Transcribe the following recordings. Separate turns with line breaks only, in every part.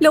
Lo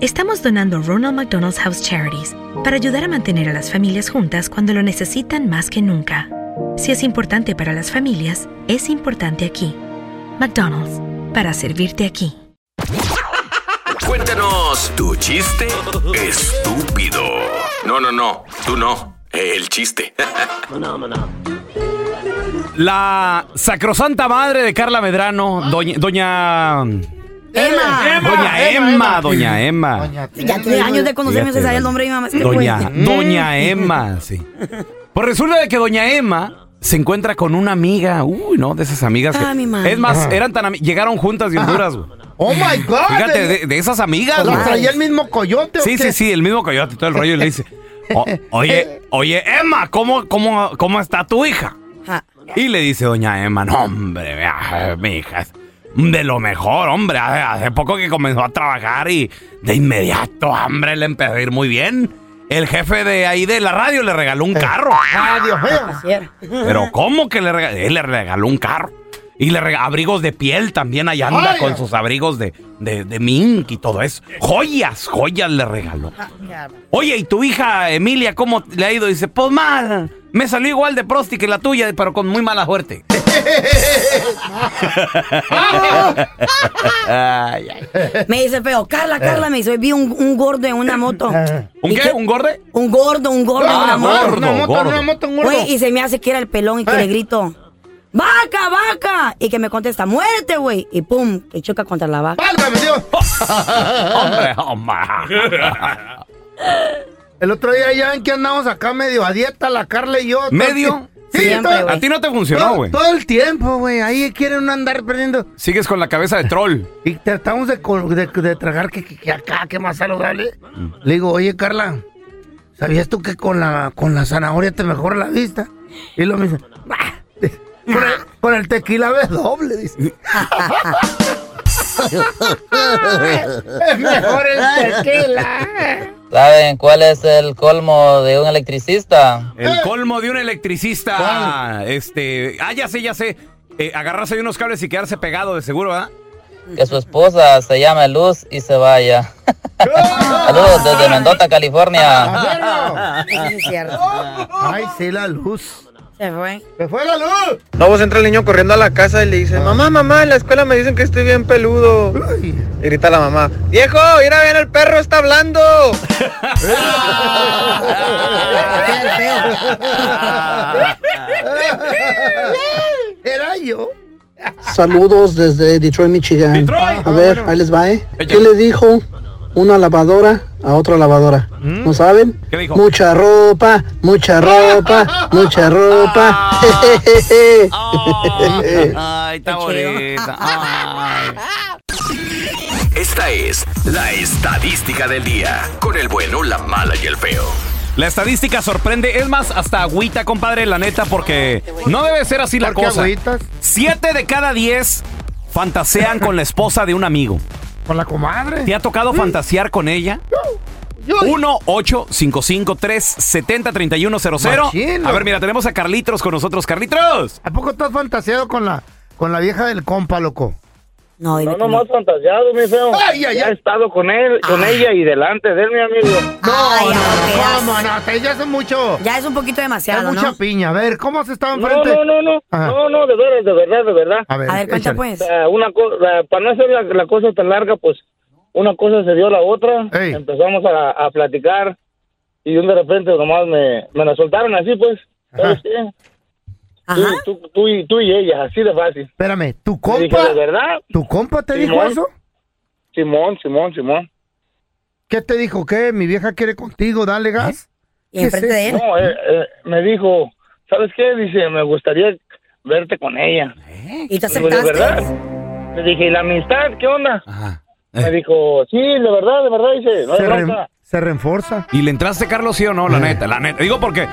estamos donando Ronald McDonald's House Charities para ayudar a mantener a las familias juntas cuando lo necesitan más que nunca. Si es importante para las familias, es importante aquí. McDonald's, para servirte aquí.
Cuéntanos tu chiste estúpido. No, no, no, tú no. El chiste.
La sacrosanta madre de Carla Medrano, doña. doña
Emma.
doña Emma, doña Emma.
Ya tiene años de conocerme,
Fíjate,
se sabía el nombre de mi mamá. es que
Doña,
cuente.
doña Emma, sí. Pues resulta de que doña Emma se encuentra con una amiga, uy, no, de esas amigas. que-
Ah, mi madre.
es más, eran tan ami- llegaron juntas de Honduras, güey.
Oh my God.
Fíjate,
el-
de, de esas amigas,
¿Los
güey.
traía el mismo coyote
Sí,
o qué?
sí, sí, el mismo coyote, todo el rollo, y le dice, "O- oye, oye, Emma, ¿cómo, cómo, cómo está tu hija?
Ah,
Y le dice doña Emma, no, hombre, vea, mi hija es de lo mejor, hombre. Hace, hace poco que comenzó a trabajar y de inmediato, hombre, le empezó a ir muy bien. El jefe de ahí de la radio le regaló un carro.
Ah, Dios mío.
así era.
Pero ¿cómo que le regaló? Él le regaló un carro. Y le regaló abrigos de piel también, allá anda
Ay,
con
ay.
sus abrigos de, de, de mink y todo eso. Joyas, joyas le regaló. Oye, ¿y tu hija Emilia cómo le ha ido? Dice, pues mal, me salió igual de prosti que la tuya, pero con muy mala suerte. Ay, ay.
Me dice feo,
Eh.
Carla, Carla, me dice, hoy vi un, un gordo en una moto.
¿Un
¿Y
qué?
qué?
¿Un gorde?
Un gordo, un gordo en
Ah,
una moto.
gordo,
una moto,
gordo.
una moto, un gordo.
Güey, y se me hace que era el pelón y que
Eh.
le grito, ¡vaca, vaca! Y que me contesta, ¡muerte, güey! Y pum, que choca contra la vaca.
Válgame, Dios.
Hombre, hombre.
El otro día ya en que andamos acá medio a dieta, la Carla y yo. todo el
¿Medio?
tie- Sí,
Siempre,
todo,
güey.
A ti no te funcionó,
todo-
güey.
todo el tiempo, güey. Ahí quieren andar perdiendo.
Sigues con la cabeza de troll.
Y tratamos de, col- de- de tragar que, que- que acá, que más saludable. Le digo, oye, Carla, ¿sabías tú que con la, con la zanahoria te mejora la vista? Y lo mismo. "Bah". Con el, con el tequila ves doble, dice. es mejor el tequila.
¿Saben cuál es el colmo de un electricista?
El colmo de un electricista. Este. Ah, ya sé, ya sé. Eh, agarrarse de unos cables y quedarse pegado, de seguro, ¿ah? ¿verdad?
Que su esposa se llame Luz y se vaya. Saludos desde Mendota, California.
Bueno.
Eso es cierto.
Ah. Ay, sí, la luz.
Se fue.
¡Se fue la luz!
No, vos entra el niño corriendo a la casa y le dice, mamá, mamá, en la escuela me dicen que estoy bien peludo.
Ay.
Y grita la mamá, viejo, mira bien el perro, está hablando.
Ah.
Era yo.
Saludos desde Detroit, Michigan.
Detroit.
A ver, ahí les va, ¿eh?
Echa.
¿Qué le dijo una lavadora a otra lavadora? ¿No saben?
¿Qué dijo?
Mucha ropa, mucha ropa, mucha ropa.
Ay, está bonita. Ay.
Esta es la estadística del día. Con el bueno, la mala y el feo.
La estadística sorprende. Es más, hasta agüita, compadre, la neta, porque no debe ser así la
¿Por qué
cosa.
agüitas?
Siete de cada diez fantasean con la esposa de un amigo.
Con la comadre.
¿Te ha tocado fantasear con ella? 1-855-370-3100. A ver, mira, tenemos a Carlitos con nosotros. Carlitos.
¿A poco estás fantaseado con la, con la vieja del compa, loco?
No,
No, nomás fantaseado, mi feo.
Ay, ay, Ah.
Ya he estado con él, con ella y delante de él, mi amigo.
No, no, vamos, no, te- ya es mucho.
Ya es un poquito demasiado,
Es mucha
¿no?
piña. A ver, ¿cómo has estado
No,
enfrente?
no, no, no.
Ajá.
No, no, de veras, de verdad, de verdad.
A ver, A ver, cuenta, échale. pues.
Eh, una co- eh, para no hacer la, la cosa tan larga, pues una cosa se dio a la otra. Empezamos a, a platicar y de repente nomás me, me la soltaron así, pues. ¿Sabes qué? Tú, tú- tú y, tú y ella, así de fácil.
Espérame, ¿tu
Le dije,
compa?
¿de verdad?
¿Tu compa te dijo
Simón.
eso?
Simón, Simón, Simón.
¿Qué te dijo? ¿Qué? Mi vieja quiere contigo,
¿Eh?
dale gas. ¿Qué es eso?
No, eh, eh, me dijo, ¿sabes qué? Dice, me gustaría verte con ella.
Eh,
¿Y te
Digo, ¿de verdad? Le dije, ¿y la amistad? ¿Qué onda? Me dijo, sí, de verdad, de verdad. Dice, no hay
Se, re-
bronca.
se reenforza. Eh.
¿Y le entraste, Carlos, sí o no? La neta, la neta. Digo porque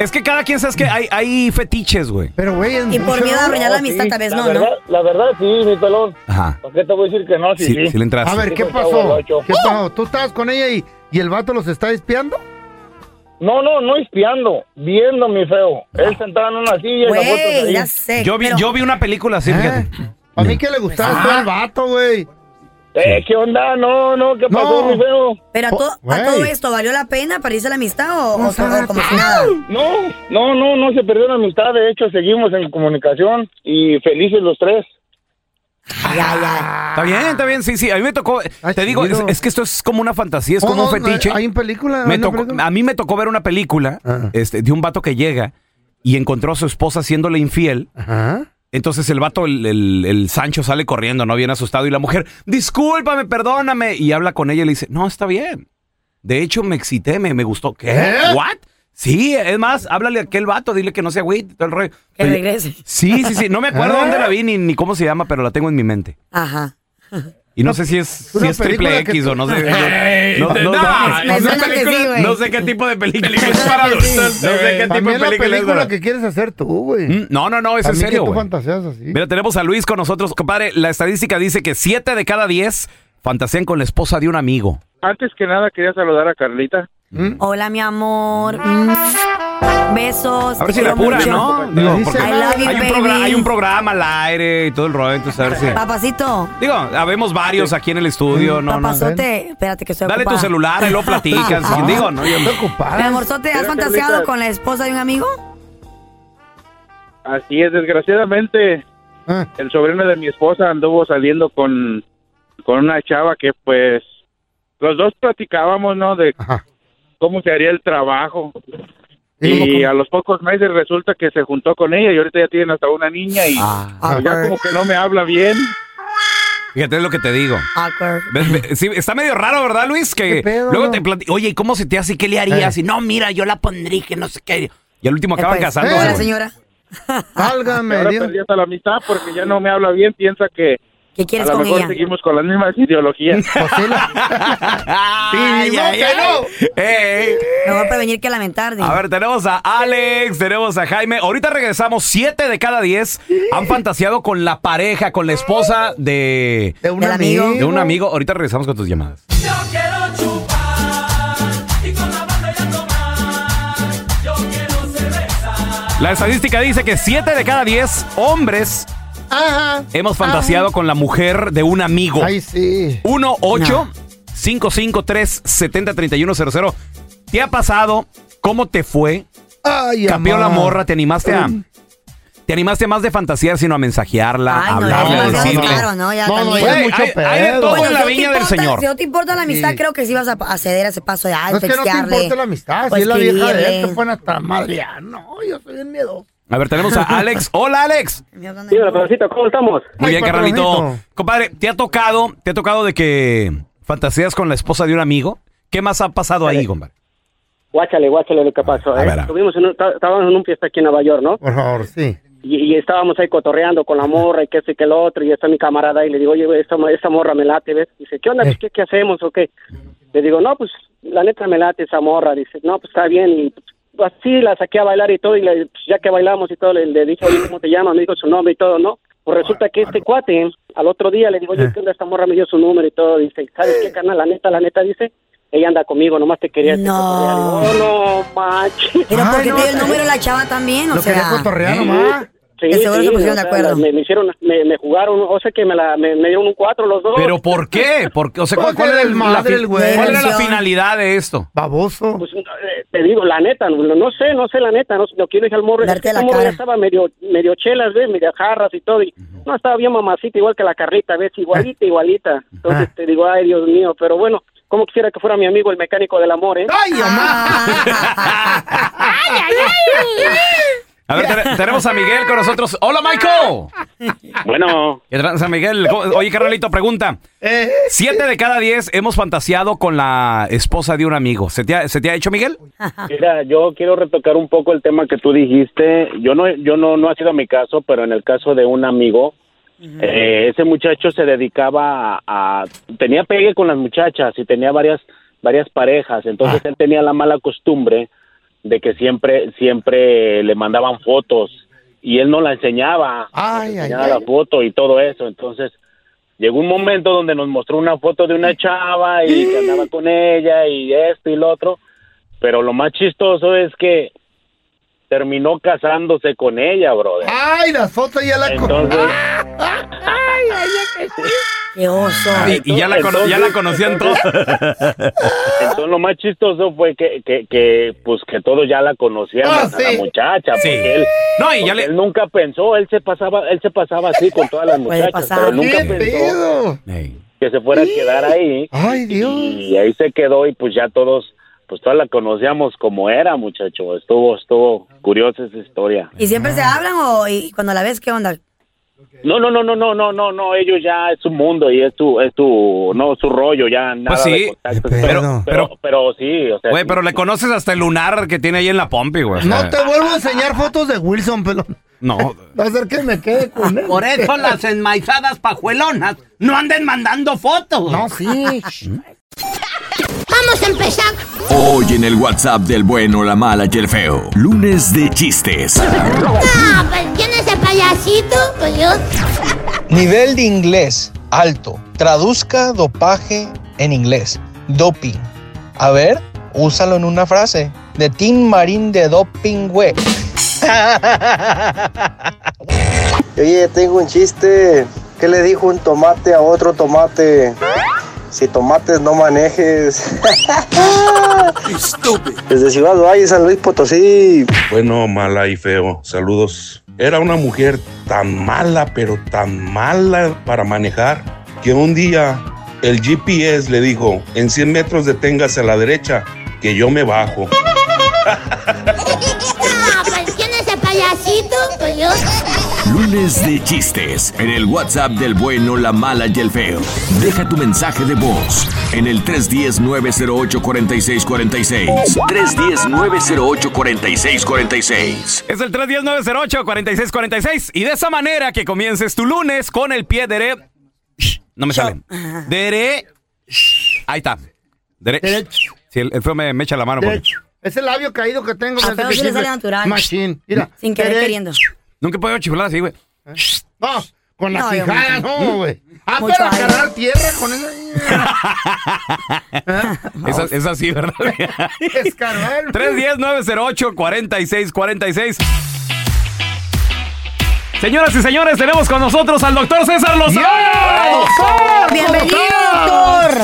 es que cada quien sabes que hay, hay fetiches, güey.
Pero, güey,
Y por miedo a arruinar la amistad, tal vez no,
verdad,
¿no?
La verdad, sí, mi pelón.
Ajá.
¿Por qué te voy a decir que no? Sí,
Sí,
sí.
sí le entraste.
A ver, ¿qué
Dijo el chavo
pasó?
del ocho.
¡Oh!
¿Qué pasó? ¿Tú estabas con ella y, y el vato los está espiando?
No, no, no espiando, viendo mi feo. Él sentado en una silla y la foto ahí.
Yo vi, yo vi una película así, fíjate.
A mí que le gustaba
Ah.
estar al vato, güey.
Eh, ¿qué onda? No, no, ¿qué pasó, mi feo?
Pero a,
Oh,
to- a
Güey.
todo esto, ¿valió la pena perderse la amistad o, o- o como si nada?
No, no, no, no se perdió la amistad. De hecho, seguimos en comunicación y felices los tres.
Está bien, está bien, sí, sí. A mí me tocó. te digo, es,
chido.
es que esto es como una fantasía, es
Oh,
como un
no, no,
fetiche.
Hay en película.
Me
hay una
tocó-
película. Ah.
a mí me tocó ver una película este, de un vato que llega y encontró a su esposa siéndole infiel. Entonces el vato, el, el- el Sancho, sale corriendo, ¿no? Bien asustado. Y la mujer, discúlpame, perdóname. Y habla con ella y le dice, no, está bien. De hecho, me excité, me, me gustó. ¿Qué?
¿Eh?
¿What? Sí, es más, háblale a aquel vato, dile que no sea güey, todo el rollo.
Que
Oye,
regrese.
Sí, sí, sí. No me
¿Eh?
acuerdo dónde la vi ni, ni cómo se llama, pero la tengo en mi mente.
Ajá.
Y no sé si es, si
Una
es triple
película que
X
tú-
o no sé.
Ey,
no,
no, me
no sé
suena que
película-
sí, güey.
no sé qué tipo de película es
suena
para
que
adultos.
sí.
No sé qué tipo
También
de
la
película es
película
para-
que quieres hacer tú, güey.
Mm, No, no, no, es en
También que
serio.
tú
güey.
fantaseas así.
Mira, tenemos a Luis con nosotros. Compadre, la estadística dice que 7 de cada 10 fantasean con la esposa de un amigo.
Antes que nada quería saludar a Carlita.
¿Mm?
Hola, mi amor. Mm. Besos.
A ver
te
si la
quiero
apura,
mucho.
¿no?
I
porque
love you,
hay, un
baby.
progra- hay un programa al aire y todo el rollo, entonces a ver si...
Papacito,
Digo, habemos varios aquí en el estudio, no, no.
papazote. Espérate que estoy
Dale tu
ocupada.
celular, ahí lo platicas.
Ah.
Digo, no, yo
Mi amorzote, ¿has
Mira,
fantaseado
Carlita.
con la esposa de un amigo?
Así es, desgraciadamente el sobrino de mi esposa anduvo saliendo con, con una chava que pues los dos platicábamos, ¿no? De cómo se haría el trabajo. Y a los pocos meses resulta que se juntó con ella y ahorita ya tienen hasta una niña y pues
Ah.
ya como que no me habla bien.
Fíjate lo que te digo. Ves, ve- sí, está medio raro, ¿verdad, Luis? Que
¿Qué pedo,
luego
no?
te plati- Oye, ¿y cómo se te hace? ¿Qué le harías?
Eh.
Y no, mira, yo la pondría, que no sé qué. Y al último acaban
Pues,
casándose.
eh,
güey.
la señora-
Señora.
Sálgame,
Ahora
Dios.
perdí hasta la amistad porque ya no me habla bien, piensa que
¿Qué quieres
a lo
con
mejor
ella?
seguimos con las mismas ideologías.
Pues
Ay,
ni
ay,
modo que
ay.
no.
Ey,
Mejor prevenir que lamentar. digo.
A ver, tenemos a Alex, tenemos a Jaime. Ahorita regresamos. Siete de cada diez han fantaseado con la pareja, con la esposa de,
de
un
amigo.
De un amigo. Ahorita regresamos con tus llamadas. La estadística dice que siete de cada diez hombres
Ajá.
hemos fantaseado con la mujer de un amigo.
Ay, sí.
1 8 553 703100 ¿Te ha pasado? ¿Cómo te fue?
Ay, Mm.
Cambió la
amá.
morra, te animaste a. Te animaste más de fantasear, sino a mensajearla, a hablarle, a
demasiado
decirle.
caro, ¿no? Ya también.
Güey,
Hay-
hay, hay de todo en la
si no te
viña del
importa-
señor.
Si no te importa la amistad,
Sí.
creo que sí vas a a ceder a ese paso de, ay,
No es que no te
textearle,
importe la amistad,
o
si es Ah, la vieja de él,
escribirle.
te pueden hasta madrear. Ah, No, yo soy bien miedoso.
A ver, tenemos a Alex. Hola, Alex.
Sí, hola, Pedrocito, ¿cómo estamos?
Muy bien,
Ay,
Carlito.
patroncito.
Compadre, ¿te ha tocado, te ha tocado de que fantaseas con la esposa de un amigo? ¿Qué más ha pasado
Eh,
ahí, compadre?
Guáchale, guáchale lo que pasó. ¿eh? Estuvimos en un- ta- estábamos en un fiesta aquí en Nueva York, ¿no?
Por favor, sí.
Y, y estábamos ahí cotorreando con la morra y que sé que el otro. Y está mi camarada ahí. Le digo, oye, güey, esta, ma- esta morra me late, ¿ves? Dice, ¿qué onda? ¿Qué, qué hacemos o qué? Le digo, no, pues la neta me late esa morra. Dice, no, pues está bien. Y pues, así la saqué a bailar y todo. Y le- pues, ya que bailamos y todo, le, le dije, oye, ¿cómo te llamas? Me dijo su nombre y todo, ¿no? Pues resulta que este cuate, al otro día le digo, oye, ¿qué onda? Esta morra me dio su número y todo. Dice, ¿sabes qué, carnal? La neta, la neta, dice, ella anda conmigo, nomás te quería. No. No, "Oh, no, manches.
Pero porque te dio el número la chava también, o sea.
Sí,
¿Eh? De seguro
sí,
se pusieron de
o sea,
acuerdo.
Me, me hicieron, me, me jugaron, o sea que me, la, me, me dieron un cuatro los dos.
¿Pero por qué? Porque, o sea, ¿cuál, cuál era, el- la, fi- cuál era la finalidad de esto?
Baboso.
Pues,
Eh, Te digo, la neta, no, no sé, no sé la neta, no, no quiero ir al morro.
Darte
Ese
la
morro ya
cara.
estaba medio, medio chelas, ¿ves? Medio jarras y todo. y, no, estaba bien mamacita, igual que la Carlita, ¿ves? Igualita, igualita. Entonces te digo, ay, Dios mío, pero bueno, ¿cómo quisiera que fuera mi amigo el mecánico del amor, eh?
¡Ay,
A ver, te- tenemos a Miguel con nosotros. ¡Hola, Michael!
Bueno.
¿Qué tranza, Miguel? ¿Cómo- Oye, Carolito, pregunta.
Eh.
Siete de cada diez hemos fantaseado con la esposa de un amigo. ¿Se te ha, se te ha hecho, Miguel?
Mira, yo quiero retocar un poco el tema que tú dijiste. Yo no, yo no, no ha sido mi caso, pero en el caso de un amigo, eh, ese muchacho se dedicaba a, a- tenía pegue con las muchachas y tenía varias, varias parejas. Entonces él tenía la mala costumbre de que siempre, siempre le mandaban fotos y él no la enseñaba.
Ay, ay,
enseñaba la foto y todo eso. Entonces, llegó un momento donde nos mostró una foto de una chava y
¡Ah!
que andaba con ella y esto y lo otro. Pero lo más chistoso es que terminó casándose con ella, brother.
Ay, las fotos ya la
Entonces,
ah, Ay, ay, ay,
Qué oso.
ah.
Y, y ya, la cono- ya la conocían todos.
Entonces lo más chistoso fue que, que, que pues que todos ya la conocían
Ah,
a
sí.
la muchacha,
Sí.
porque él,
No, y ya
porque
le-
él nunca pensó, él se pasaba, él se pasaba así con todas las
Puede
muchachas,
pasar.
pero nunca
Pues, ¡Qué
pensó que se fuera a quedar ahí.
Ay, Dios.
Y ahí se quedó y pues ya todos, pues todas la conocíamos como era, muchacho. Estuvo, estuvo curiosa esa historia.
¿Y siempre se hablan o y cuando la ves, qué onda?
No, no, no, no, no, no, no, no, ellos ya es su mundo y es tu, es tu, no, su rollo, ya nada
Pues sí,
de contacto. Pero, pero, pero sí, o sea,
Güey, pero le conoces hasta el lunar que tiene ahí en la pompi, güey. O sea,
No te vuelvo a enseñar fotos de Wilson, pelón.
No.
Va a ser que me quede con él.
Por eso las enmaizadas pajuelonas no anden mandando fotos. No,
sí.
Vamos a empezar.
Hoy en el WhatsApp del bueno, la mala y el feo. Lunes de chistes.
Ah,
No, pues ¿quién es el payasito? Pues yo.
Nivel de inglés alto. Traduzca dopaje en inglés. Doping. A ver, úsalo en una frase. De Tim Marín de Doping Güey.
Oye, tengo un chiste. ¿Qué le dijo un tomate a otro tomate? Si tomates no manejes. Estúpido. Desde Ciudad Valle, San Luis Potosí.
Bueno, mala y feo. Saludos. Era una mujer tan mala, pero tan mala para manejar, que un día el GPS le dijo, en 100 metros deténgase a la derecha, que yo me bajo.
Ah,
No, pues ¿quién es el payasito? Pues yo.
Lunes de chistes en el WhatsApp del bueno, la mala y el feo. Deja tu mensaje de voz en el 310-908-4646. 310-908-4646.
Es el 310-908-4646. Y de esa manera que comiences tu lunes con el pie dere... Shh, No me sale. Dere... Shh, Ahí está. Dere... Sí, el, el feo me, me echa la mano. porque-
Ese labio caído que tengo.
A
desde
feo
que
sí le sale
chicle.
natural.
Machín. Mira.
Sin querer queriendo.
Nunca he podido chiflar así, güey.
No, con la
No, yo
quijada,
mucho.
no, güey. Ah,
Mucho
pero a
aire.
cargar tierra con esa.
Es, a- es así, ¿verdad? 310-908-4646. Señoras y señores, tenemos con nosotros al doctor César Lozano.
¡Bienvenido, doctor!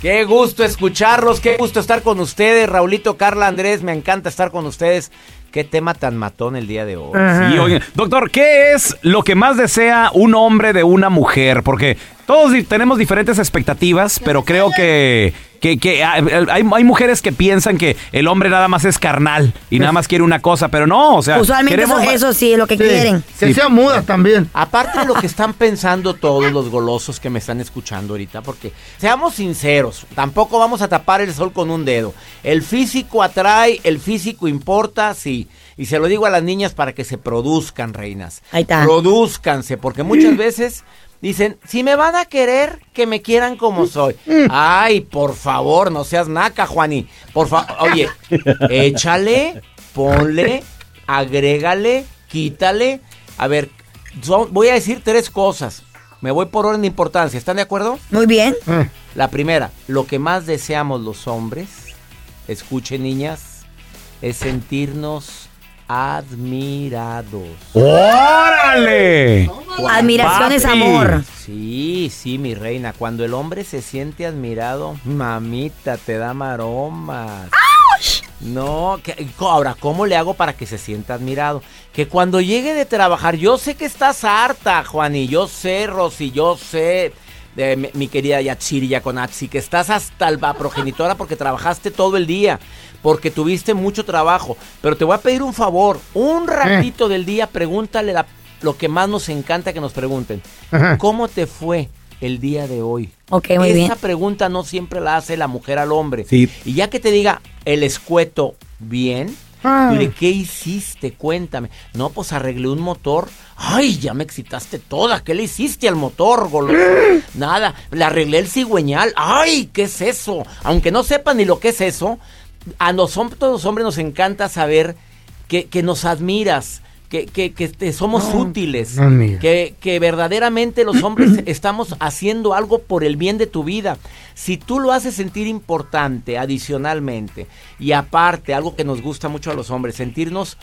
Qué gusto escucharlos, qué gusto estar con ustedes, Raulito, Carla, Andrés, me encanta estar con ustedes. Qué tema tan matón el día de hoy.
Pues Sí, oye, doctor, ¿qué es lo que más desea un hombre de una mujer? Porque todos di- tenemos diferentes expectativas, pero creo que, que, que hay, hay- hay mujeres que piensan que el hombre nada más es carnal y nada más quiere una cosa, pero no, o sea,
Usualmente eso,
queremos ma-
eso sí es lo que quieren.
mudas también.
Aparte de lo que están pensando todos los golosos que me están escuchando ahorita, porque seamos sinceros, tampoco vamos a tapar el sol con un dedo. El físico atrae, el físico importa, sí. Y se lo digo a las niñas para que se produzcan, reinas.
Ahí está.
Produzcanse, porque
Mm.
muchas veces dicen, si me van a querer, que me quieran
Mm.
como soy. Ay, por favor, no seas naca, Juani. Por favor, oye, échale, ponle, agrégale, quítale. A ver, son- voy a decir tres cosas. Me voy por orden de importancia. ¿Están de acuerdo?
Muy bien.
La primera, lo que más deseamos los hombres, escuchen niñas, es sentirnos admirados.
¡Órale!
Admiración es amor.
Sí, sí, mi reina. Cuando el hombre se siente admirado, mamita, te da maromas. No, que- ahora, ¿cómo le hago para que se sienta admirado? Que cuando llegue de trabajar, yo sé que estás harta, Juan, y yo sé, Rosy, yo sé, eh, mi, mi querida Yatsiri Yaconatsi, que estás hasta la progenitora porque trabajaste todo el día, porque tuviste mucho trabajo. Pero te voy a pedir un favor, un ratito del día, pregúntale la- lo que más nos encanta que nos pregunten.
Ajá.
¿Cómo te fue el día de hoy?
Ok, muy
Esa
bien.
pregunta no siempre la hace la mujer al hombre. Y ya que te diga el escueto bien, tú dile, ¿qué hiciste? Cuéntame. No, pues arreglé un motor. Ay, ya me excitaste toda. ¿Qué le hiciste al motor, goloso? Nada, le arreglé el cigüeñal. Ay, ¿qué es eso? Aunque no sepan ni lo que es eso, a nosotros los hombres nos encanta saber que, que nos admiras, que, que- que te somos útiles,
no, mira.
que, que verdaderamente los hombres estamos haciendo algo por el bien de tu vida. Si tú lo haces sentir importante adicionalmente y aparte, algo que nos gusta mucho a los hombres, sentirnos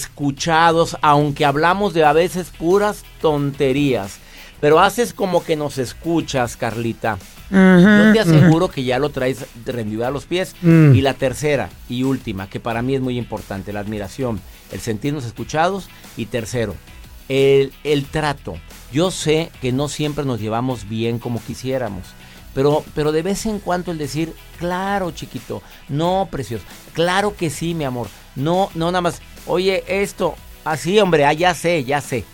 escuchados, aunque hablamos de a veces puras tonterías, pero haces como que nos escuchas, Carlita. Yo te aseguro que ya lo traes rendido a los pies.
Mm.
Y la tercera y última, que para mí es muy importante, la admiración, el sentirnos escuchados. Y tercero, el, el trato. Yo sé que no siempre nos llevamos bien como quisiéramos. Pero, pero de vez en cuando el decir, claro, chiquito, no, precioso, claro que sí, mi amor, no, no, nada más, oye, esto, así, hombre, ah, ya sé, ya sé,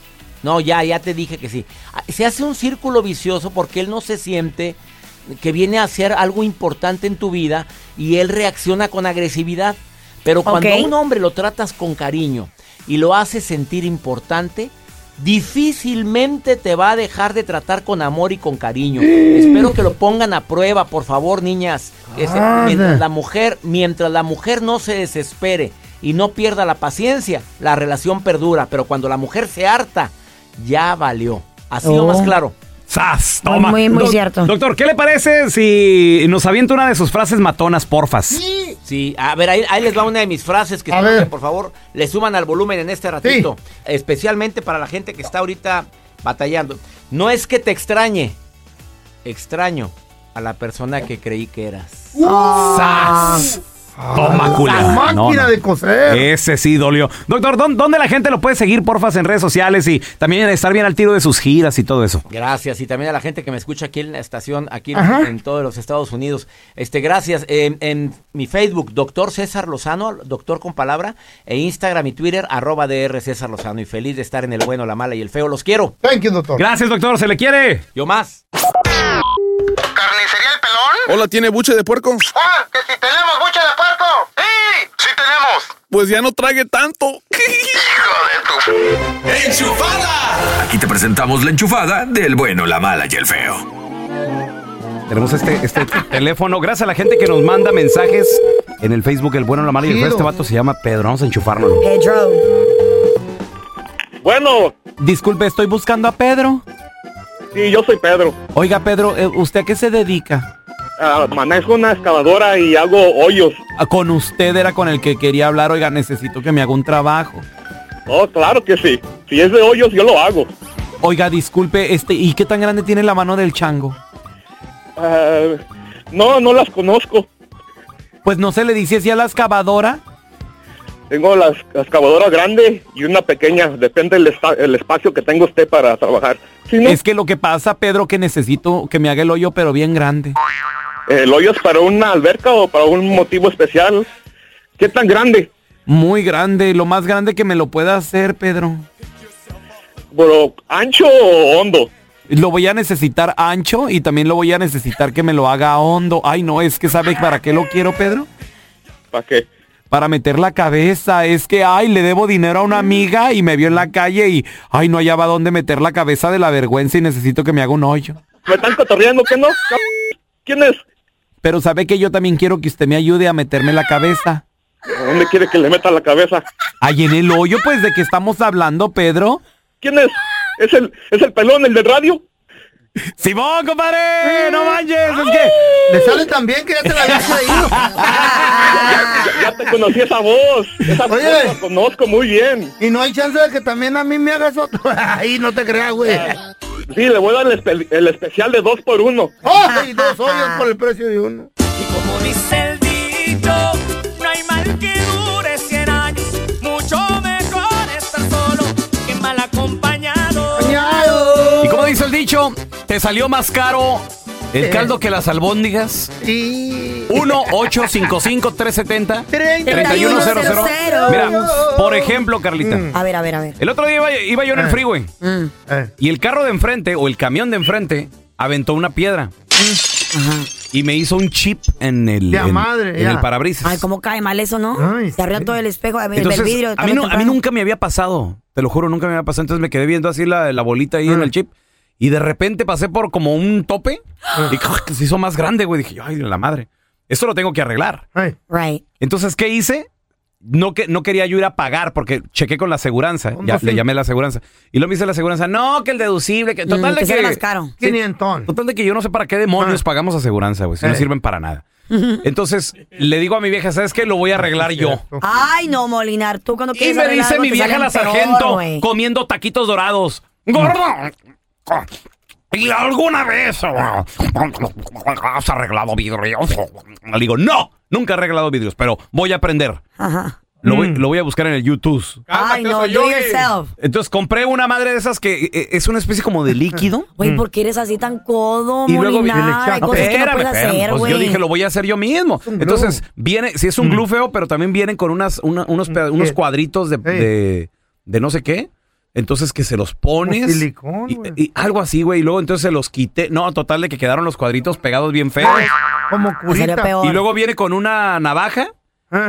no, ya, ya te dije que sí. Ah, Se hace un círculo vicioso porque él no se siente que viene a hacer algo importante en tu vida y él reacciona con agresividad. Pero cuando
Ok.
a un hombre lo tratas con cariño y lo haces sentir importante, difícilmente te va a dejar de tratar con amor y con cariño. Espero que lo pongan a prueba, por favor, niñas. Este,
Anda.
mientras la mujer, mientras la mujer no se desespere y no pierda la paciencia, la relación perdura. Pero cuando la mujer se harta, ya valió. Así o
Oh.
más claro.
¡Sas! Toma.
Muy- muy
Doc-
cierto.
Doctor, ¿qué le parece si nos avienta una de sus frases matonas, porfas?
Sí, a ver, ahí, ahí les va una de mis frases que, espero que, por favor le suman al volumen en este ratito. Especialmente para la gente que está ahorita batallando. No es que te extrañe, extraño a la persona que creí que eras.
¡Sas! Toma, culera.
La máquina
No, no.
de coser.
Ese sí dolió. Doctor, ¿dó- ¿dónde la gente lo puede seguir, porfas, en redes sociales y también estar bien al tiro de sus giras y todo eso?
Gracias, y también a la gente que me escucha aquí en la estación, aquí en-
Ajá.
en todos los Estados Unidos. Este, gracias. En, en mi Facebook, doctor César Lozano, doctor con palabra, e Instagram y Twitter, arroba DR César Lozano. Y feliz de estar en el bueno, la mala y el feo. Los quiero.
Thank you, doctor.
Gracias, doctor. Se le quiere.
Yo más.
Hola, ¿tiene buche de puerco?
¡Ah! ¡Que si tenemos buche de puerco! ¡Sí! ¡Sí tenemos!
Pues ya no trague tanto.
Aquí te presentamos la enchufada del bueno, la mala y el feo.
Tenemos este, este teléfono. Gracias a la gente que nos manda mensajes en el Facebook, el bueno, la mala y el feo. Este vato se llama Pedro. Vamos a enchufarlo.
Pedro.
Bueno. Disculpe, estoy buscando a Pedro.
Sí, yo soy Pedro.
Oiga, Pedro, eh, ¿usted a qué se dedica?
Ah, manejo una excavadora y hago hoyos.
Ah, Con usted era con el que quería hablar. Oiga, necesito que me haga un trabajo.
Oh, claro que sí. Si es de hoyos, yo lo hago.
Oiga, disculpe, este, ¿y qué tan grande tiene la mano del chango?
Ah, no, no las conozco.
Pues no se le dice así a la excavadora.
Tengo la esc- excavadora grande y una pequeña. Depende del esta- el espacio que tenga usted para trabajar. Si no,
Es que lo que pasa, Pedro, que necesito que me haga el hoyo, pero bien grande.
¿el hoyo es Eh, para una alberca o para un motivo especial? ¿Qué tan grande?
Muy grande, lo más grande que me lo pueda hacer, Pedro.
¿Pero ancho o hondo?
Lo voy a necesitar ancho y también lo voy a necesitar que me lo haga hondo. Ay, no, es que ¿sabe para qué lo quiero, Pedro?
¿Para qué?
Para meter la cabeza. Es que, ay, le debo dinero a una amiga y me vio en la calle y, ay, no hallaba dónde meter la cabeza de la vergüenza y necesito que me haga un hoyo.
¿Me están cotorreando que no? ¿Quién es?
Pero sabe que yo también quiero que usted me ayude a meterme la cabeza.
¿A ¿Dónde quiere que le meta la cabeza?
Ahí en el hoyo, pues, de que estamos hablando, Pedro.
¿Quién es? ¿Es el, es el pelón, el del radio?
¡Simón, compadre!
Mm.
¡No manches! Es
que le sale tan bien que ya te la habías traído.
Ya te conocí esa voz. Esa
Oye.
voz la conozco muy bien.
Y no hay chance de que también a mí me hagas otro. Ahí no te creas, güey.
Ah. Sí, le voy a dar el, espe- el especial de dos por uno.
¡Ay, dos hoyos por el precio de uno!
Como dice el dicho, no hay mal que dure 100 años. Mucho mejor estar solo que mal acompañado.
¿Y como dice el dicho? ¿Te salió más caro el caldo que las albóndigas?
Sí.
1-855-370-3100. Mira, por ejemplo, Carlita.
Mm. A ver, a ver, a ver.
El otro día iba, iba yo
Ah.
en el freeway
Mm.
y el carro de enfrente o el camión de enfrente aventó una piedra. Y me hizo un chip en el,
Mm. Ya
en-
madre,
en
ya.
el parabrisas.
Ay, cómo cae mal eso, ¿no? Se arreó todo el espejo, a ver,
Entonces,
el vidrio.
a, mí no- a mí nunca me había pasado, te lo juro, nunca me había pasado. Entonces me quedé viendo así la, la bolita
Mm.
ahí en el chip y de repente pasé por como un tope
Ah.
y se hizo más grande, güey. Dije, ay, la madre, esto lo tengo que arreglar.
Right.
Entonces, ¿qué hice? No, que, no quería yo ir a pagar porque chequé con la aseguranza. Ya,
sí.
le llamé a la aseguranza. Y lo me dice la aseguranza, no, que el deducible, que total
Mm,
de
que
que...
sale más caro.
Sí, Total de que yo no sé para qué demonios pagamos aseguranza, güey. Si no
Ah. Eh.
sirven para nada. Entonces, le digo a mi vieja, ¿sabes qué? Lo voy a arreglar yo.
Ay, no, Molinar, tú cuando
Y
quieres
me
arreglar
dice
algo
mi
te
vieja
salen
la
peor,
sargento
güey.
comiendo taquitos dorados. ¡Gordo! ¿Y alguna vez ah, has arreglado vidrios? Le digo, no, nunca he arreglado vidrios, pero voy a aprender.
Ajá.
Lo,
Mm.
voy, lo voy a buscar en el YouTube.
Ay, no, do
eh.
yourself.
Entonces compré una madre de esas que eh, es una especie como de líquido.
Güey, ¿por qué eres así tan codo,
Mm. Y luego
Molinar? Hay cosas que no
Espérame,
puedes
espérame,
hacer,
pues
güey.
yo dije, lo voy a hacer yo mismo. Entonces, viene, si
Mm.
es un glue feo, pero también vienen con unas, una- unos, peda- unos cuadritos de, de, de no sé qué. Entonces que se los pones.
silicón,
y, y algo así, güey. Y luego entonces se los quité. No, total de que quedaron los cuadritos pegados bien feos.
Ah,
Como curita.
Y luego viene con una navaja.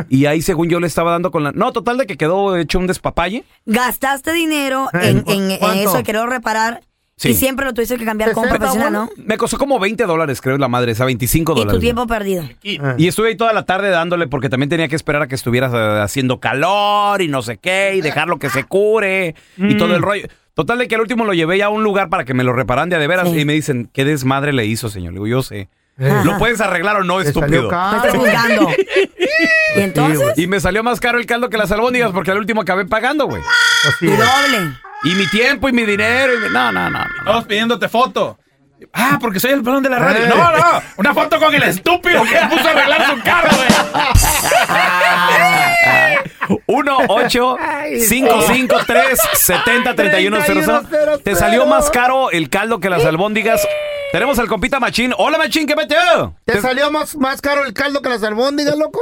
Y ahí, según yo, le estaba dando con la. No, total de que quedó hecho un despapalle.
Gastaste dinero
Eh,
en,
¿cu-
en- en
cuánto?
eso de quererlo reparar
Sí.
y siempre lo tuviste que cambiar con un profesional, ¿no?
Me costó como 20 dólares, creo, la madre, esa 25
Y tu
dólares. Ah,
tiempo perdido.
Y estuve ahí toda la tarde dándole porque también tenía que esperar a que estuvieras eh, haciendo calor y no sé qué y dejarlo que se cure y todo el
Mm.
rollo. Total de que al último lo llevé ya a un lugar para que me lo reparan de a de veras y me dicen, ¿qué desmadre le hizo, señor? Le digo, yo sé. ¿Lo puedes arreglar o no,
Me
estúpido?
estás juzgando. ¿Y entonces?
Y me salió más caro el caldo que las albóndigas porque al último acabé pagando, güey.
Y
doble.
Y mi tiempo y mi dinero. y mi- No, no, no.
Todos pidiéndote foto. Ah, porque soy el pelón de la radio.
Eh.
No, no. Una foto con el estúpido que se puso a arreglar su carro, güey.
1 8 5 5 3 70 31 00 Te salió más caro el caldo que las albóndigas. Tenemos al compita Machín. Hola Machín, ¿qué metió?
¿Te salió más, más caro el caldo que las albóndigas, loco?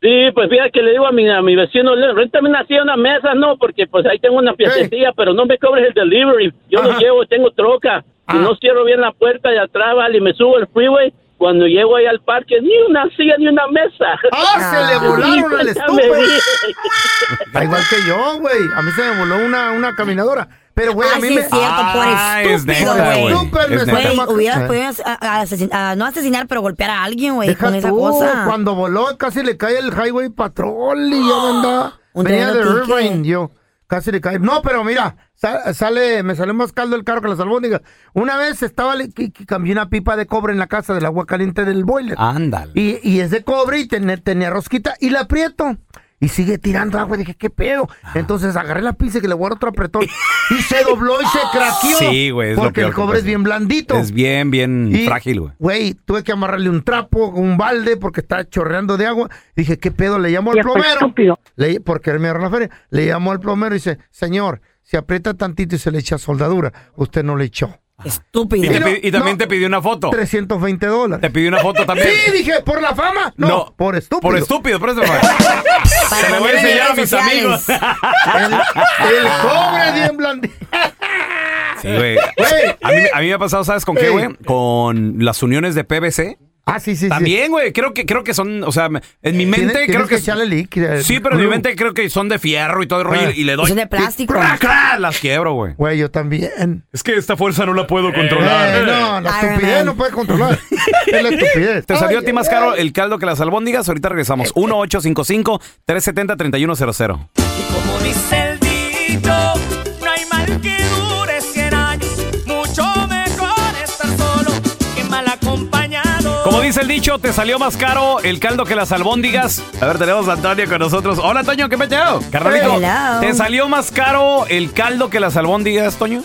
Sí, pues fíjate que le digo a mi, a mi vecino, le- réntame una silla, una mesa, no, porque pues ahí tengo una fiestecilla, pero no me cobres el delivery. Yo lo llevo, tengo troca. Y no cierro bien la puerta de atrás, vale, y me subo al freeway. Cuando llego ahí al parque, ni una silla, ni una mesa.
¡Ah, se le volaron al
Ya me
estúpido!
vi.
Está igual que yo, güey. A mí se me voló una, una caminadora. Pero, güey, a
Ah,
mí
sí
me...
es cierto, por
Ah, es
estúpido,
neta,
güey.
güey. Es
Güey,
neta.
hubieras
Eh.
podido as- a- a asesin- a- no asesinar, pero golpear a alguien, güey,
Deja
con esa
tú,
cosa.
Cuando voló, casi le cae el Highway Patrol y yo andaba.
Un
venía de
tremendo pique.
Irvine, yo. Casi le cae. No, pero mira, sa- sale, me salió más caldo el carro que las albóndigas. Una vez estaba, li- que- que cambié una pipa de cobre en la casa del agua caliente del boiler.
Ándale.
Y, y es de cobre y ten- tenía rosquita y la aprieto. Y sigue tirando agua. Dije, ¿qué pedo?
Ah.
Entonces agarré la pinza y que le voy a dar otro apretón. Y se dobló y se craqueó.
Sí, güey, es lo
Porque
peor
el
que
cobre
puede
es
ser.
bien blandito.
Es bien, bien
Y-
frágil, güey.
Güey, tuve que amarrarle un trapo, un balde, porque estaba chorreando de agua. Dije, ¿qué pedo? Le llamo al
Viejo
plomero. Le, porque él me agarró la feria. Le llamo al plomero y dice, señor, si aprieta tantito y se le echa soldadura, usted no le echó.
Y,
Estúpido.
te pi- y también te pidió una foto.
320 dólares.
Te pidió una foto también.
Sí, dije, por la fama. No,
No,
por estúpido.
Por estúpido, por eso fue. Se lo voy a enseñar a mis amigos.
El cobre bien blandito.
Sí, güey. A mí, a mí me ha pasado, ¿sabes con qué, güey? Con las uniones de PVC.
Ah, sí, sí,
También, güey. Creo que, creo que son, o sea, me- en mi mente
Tienes-
creo
tienes
que.
echarle líquido.
sí, pero en mi
Glue.
mente creo que son de fierro y todo el rollo.
Ah.
Y le doy.
Son de plástico.
y ¡cra, cra! Las quiebro, güey.
Güey, yo también.
Es que esta fuerza no la puedo Eh.
Eh, no, la estupidez no puede controlar. es la estupidez.
Te salió a ti
Ay,
más
ay,
caro
ay.
el caldo que las albóndigas. Ahorita regresamos. 1-855-370-3100.
Como dice el dicho, no hay mal que dure 100 años. Mucho mejor estar
Como dice el dicho, te salió más caro el caldo que las albóndigas. A ver, tenemos a Antonio con nosotros. Hola, Toño, ¿qué peteo? Carnalito,
Hello.
¿te salió más caro el caldo que las albóndigas, Toño?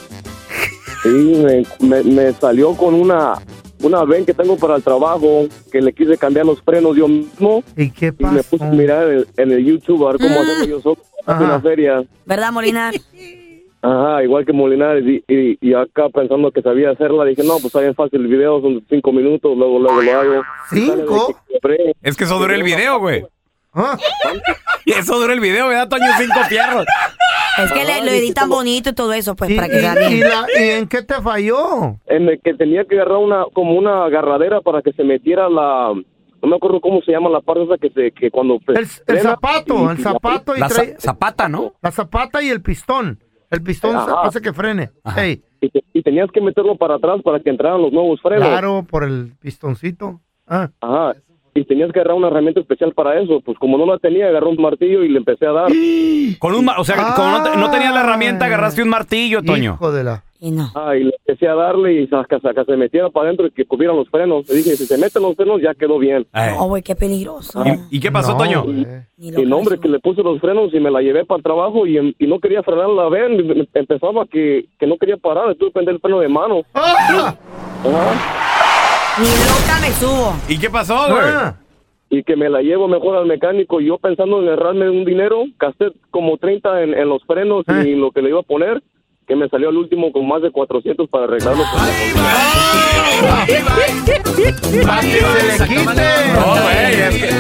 Sí, me, me- me salió con una una ven que tengo para el trabajo que le quise cambiar los frenos yo mismo
y qué
me puse a mirar en, en el YouTube a ver
Ah.
cómo hacerlo yo solo en una feria.
¿Verdad, Molina?
Ajá, igual que Molinares y, y- y acá pensando que sabía hacerla dije no pues está bien fácil el video son cinco minutos luego luego lo hago. Cinco.
Es que eso dura el video, güey. Ah. Y Eso dura el video, ¿verdad, Toño? Cinco pierros.
Es que le- lo editan bonito y todo eso, pues, para que sea
¿Y,
bien.
la- y en qué te falló?
en el que tenía que agarrar una como una agarradera para que se metiera la no me acuerdo cómo se llama la parte esa que se que cuando el,
El zapato, el zapato y
La
trae-
zapata, ¿no?
La zapata y el pistón. El pistón
Ajá.
hace que frene. Ey,
y, te- y tenías que meterlo para atrás para que entraran los nuevos frenos
claro, por el pistoncito. Ah.
ajá y tenías que agarrar una herramienta especial para eso pues como no la tenía agarré un martillo y le empecé a dar
Con un, ma- o sea, como no, te- no tenías la herramienta, agarraste un martillo, Toño.
y no
Ah, y le empecé a darle y saca saca se metiera para adentro y que cubrieran los frenos y dije si se meten los frenos ya quedó bien
Oh, güey, qué peligroso.
¿Y, qué pasó, Toño?
El hombre que le puse los frenos y me la llevé para el trabajo y, em- y no quería frenar la ven, em- em- empezaba que, que no quería parar, le tuve que prender el freno de mano.
¡Ah!
Ajá.
Ni loca me subo.
¿Y qué pasó, güey?
Ah.
Y que me la llevo mejor al mecánico, y yo pensando en ahorrarme un dinero, gasté como 30 en, en los frenos
Eh.
y lo que le iba a poner, que me salió al último con más de 400 para arreglarlo.
No, güey, es que-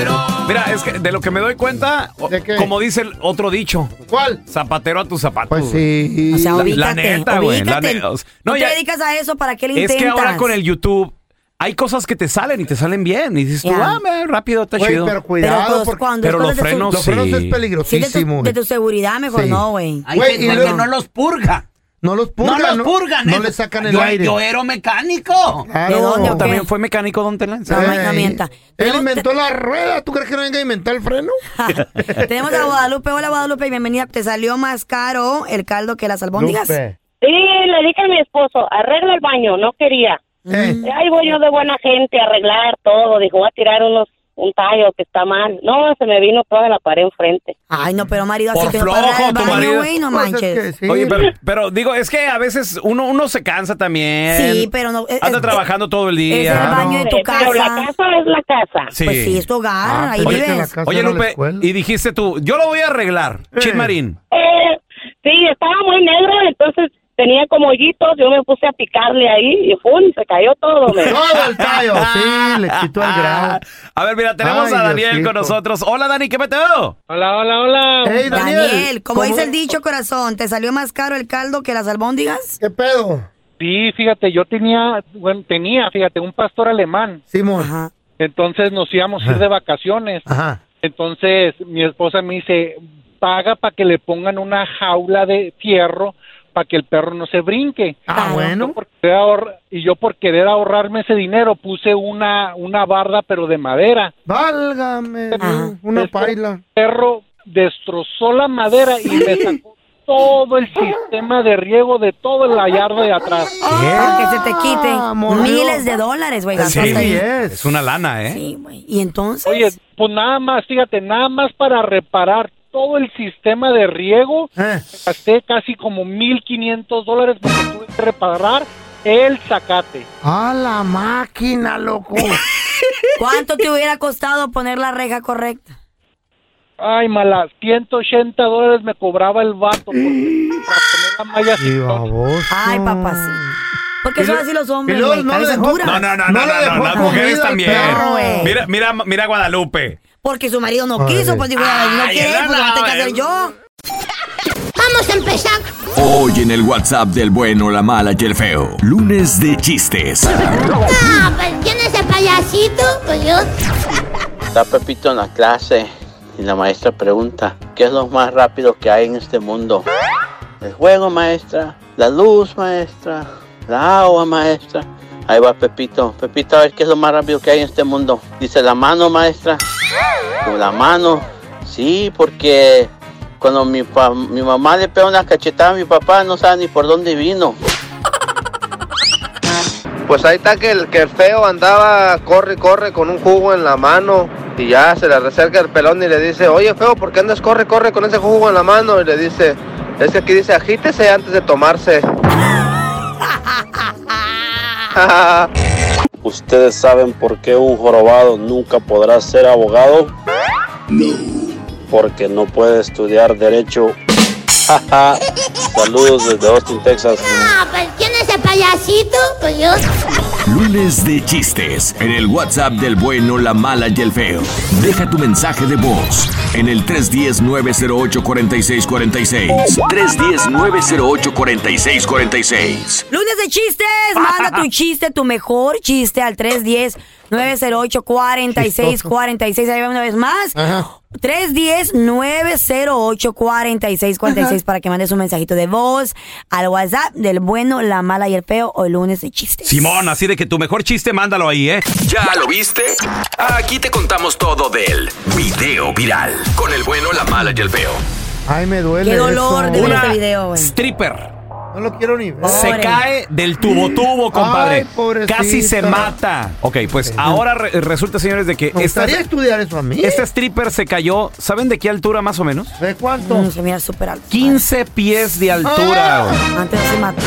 mira, es que de lo que me doy cuenta, o- como dice el otro dicho.
¿Cuál?
Zapatero a tus zapatos. Pues
sí.
O sea,
la,
ubícate,
neta, güey. la
ubícate.
neta, o sea,
No,
no,
te
ya-
dedicas a eso, ¿para qué le
es
intentas?
que ahora con el YouTube hay cosas que te salen y te salen bien. Y dices tú,
Ya.
ah, me- rápido, está
Güey,
chido.
pero cuidado,
Pero, pues, porque- cuando
Pero
es
los
cosa de su-
frenos,
Los frenos
sí.
es
Sí, de,
peligrosísimo.
tu, de tu seguridad mejor
Sí.
no, güey.
Hay Güey, gente y luego- que no
los purga.
No los purgan.
los purgan,
No
eh.
le sacan el
Yo-
aire.
yo
era mecánico.
Claro. ¿De dónde o qué?
También fue mecánico, don Telanza.
No, no, no mienta.
Él inventó la rueda. ¿Tú crees que no venga a inventar el freno?
Tenemos a Guadalupe. Hola, Guadalupe, bienvenida. ¿Te salió más caro el caldo que las albóndigas?
Lupe.
Sí, le dije a mi esposo, arregla el baño, no quería. Ahí voy yo de buena gente a arreglar todo. Dijo, voy a tirar unos un tallo que está mal. No, se me vino toda la pared enfrente.
Ay, no, pero marido, así
Por
que no puede
flojo,
hablar del
tu
baño,
marido.
güey,
Pues
no manches.
Oye, pero, pero digo, es que a veces uno, uno se cansa también.
Sí, pero no- es-
Anda
es-
trabajando todo el día.
es el baño de tu
Pero la
casa.
casa es la casa.
Sí.
Pues sí, es tu hogar,
Ah,
ahí
pues
oye,
vives.
Oye, Lupe, y dijiste tú, yo lo voy a arreglar. Chismarín.
Eh, sí, estaba muy negro, entonces tenía como hoyitos. Yo me puse a picarle ahí y ¡pum! se cayó todo. me.
Todo el tallo. Sí, le quitó el grado.
A ver, mira, tenemos
Ay,
a Daniel
Diosito.
con nosotros. Hola, Dani, ¿qué peteo?
Hola,
Ah.
hola, hola.
Hey,
Daniel, como dice el dicho, corazón, ¿te salió más caro el caldo que las albóndigas?
¿Qué pedo?
Sí, fíjate, yo tenía, bueno, tenía, fíjate, un pastor alemán.
Simón.
Entonces nos íbamos a ir de vacaciones.
Ajá.
Entonces mi esposa me dice, paga para que le pongan una jaula de fierro para que el perro no se brinque.
Ah, bueno.
y yo por querer ahorrarme ese dinero puse una, una barda pero de madera.
Válgame. Una
Después,
paila.
El perro destrozó la madera y me sacó todo el sistema de riego de toda la yarda de atrás.
Para que se te quite
Ah,
molió.
miles de dólares, güey. gastaste ahí.
es una lana, ¿eh?
¿Y entonces?
Oye, pues nada más, fíjate, nada más para reparar todo el sistema de riego, gasté casi como 1.500 dólares porque tuve que reparar el zacate.
A la máquina, loco.
¿Cuánto te hubiera costado poner la reja correcta?
Ay, mala, 180 dólares me cobraba el vato por- para poner la malla.
Y baboso.
Ay, papá, sí. Porque
Ah, Y
son
lo-
así los hombres,
y luego
güey,
no le
cabezas
dejó-
duras.
No, no, no, no, no,
le
no,
dejó
las mujeres
comida al
también.
perro,
güey.
mira, mira, mira a Guadalupe.
Porque su marido no
Madre.
quiso, pues digo,
Ah,
no
Ay,
quiere,
no,
pues
no,
no, tengo que
eh.
hacer yo. Vamos a empezar.
Hoy en el WhatsApp del bueno, la mala y el feo. Lunes de chistes.
No, pues ¿quién es el payasito? Pues yo.
Está Pepito en la clase y la maestra pregunta, ¿qué es lo más rápido que hay en este mundo? El juego, maestra, la luz, maestra, la agua, maestra. Ahí va Pepito. Pepito, a ver qué es lo más rápido que hay en este mundo. Dice, la mano, maestra. Con la mano. Sí, porque cuando mi, pa- mi mamá le pega una cachetada a mi papá, no sabe ni por dónde vino.
Pues ahí está que el, que el feo andaba, corre, corre con un jugo en la mano. Y ya se le acerca el pelón y le dice, oye feo, ¿por qué andas corre, corre con ese jugo en la mano? Y le dice, es que aquí dice, agítese antes de tomarse.
¿Ustedes saben por qué un jorobado nunca podrá ser abogado? Porque no puede estudiar derecho. Saludos desde Austin, Texas.
Ah, pues ¿quién es el payasito? Pues yo.
Lunes de chistes en el WhatsApp del bueno, la mala y el feo. Deja tu mensaje de voz en el 310-908-4646. 310-908-4646.
Lunes de chistes, manda tu chiste, tu mejor chiste al 310-908-4646. Ahí va una vez más. 310-908-4646 para que mandes un mensajito de voz al WhatsApp del bueno, la mala y el feo hoy lunes de chistes.
Simón, así de que tu mejor chiste, mándalo ahí, ¿eh?
¿Ya lo viste? Este, Aquí te contamos todo del video viral. Con el bueno, la mala y el feo.
Ay, me duele.
Qué dolor de ver
Una
este video, güey.
stripper
No lo quiero ni ver.
se cae del tubo tubo, compadre.
Ay, pobrecita.
Casi se mata. Ok, pues ahora re- resulta, señores, de que
Me
esta,
gustaría estudiar eso a mí.
esta stripper se cayó. ¿Saben de qué altura más o menos?
¿De cuánto? Ah.
se mira súper alto. Ah,
15 pies de altura. güey.
Antes se mató.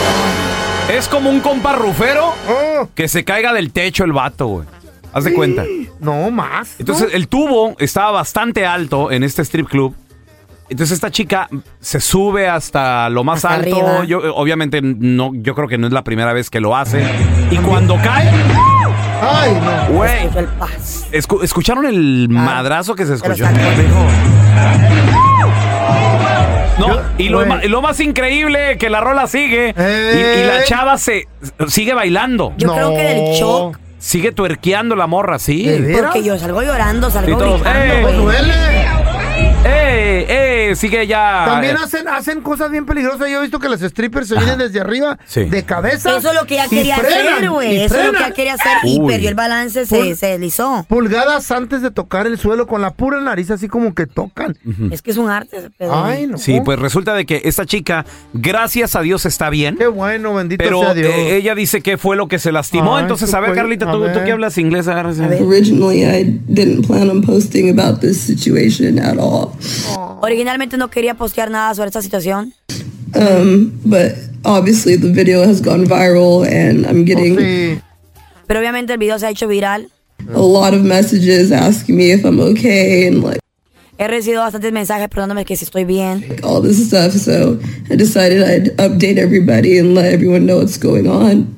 Es como un comparrufero
Ah.
que se caiga del techo el vato, güey. Haz de cuenta.
No más.
Entonces, el tubo estaba bastante alto en este strip club. Entonces, esta chica se sube hasta lo más
Hasta
alto.
arriba.
Yo, eh, obviamente, no, yo creo que no es la primera vez que lo hace. Y cuando cae.
¡Ay, no!
Güey. Escu- ¿Escucharon el
Ah,
madrazo que se escuchó? No, y lo,
Güey.
ma- y lo más increíble que la rola sigue y,
Eh.
y la chava se sigue bailando.
Yo creo que del shock.
Sigue tuerqueando la morra, sí.
Porque yo salgo llorando,
Y
salgo
todos,
gritando,
¡eh!
güey.
¡Eh! ¡Eh! Sigue ya.
También
eh,
hacen, hacen cosas bien peligrosas. Yo he visto que las strippers se vienen desde arriba,
Sí.
de cabeza.
Eso es lo que ella
y
quería
frenan,
hacer,
y
güey. Eso es lo que
frenan.
ella quería hacer y
Uy.
perdió el balance, se,
Pul-
se deslizó.
Pulgadas antes de tocar el suelo con la pura nariz, así como que tocan.
Es que es un arte ese pedo.
Ay, no.
Sí, pues resulta de que esta chica, gracias a Dios, está bien.
Qué bueno, bendito
Pero
sea Dios.
eh, ella dice que fue lo que se lastimó.
Ay,
Entonces,
qué
a ver,
güey,
Carlita,
a
tú, tú
ver.
que hablas inglés, ¿eh? agarras.
Originally, I didn't plan on posting about this situation at all.
Originalmente no quería postear nada sobre esta situación.
Um, but obviously, the video has gone viral, and I'm getting
Pero obviamente el video se ha hecho viral.
a lot of messages asking me if I'm okay and like
He recibido bastantes mensajes preguntándome que si estoy bien.
all this stuff. So I decided I'd update everybody and let everyone know what's going on.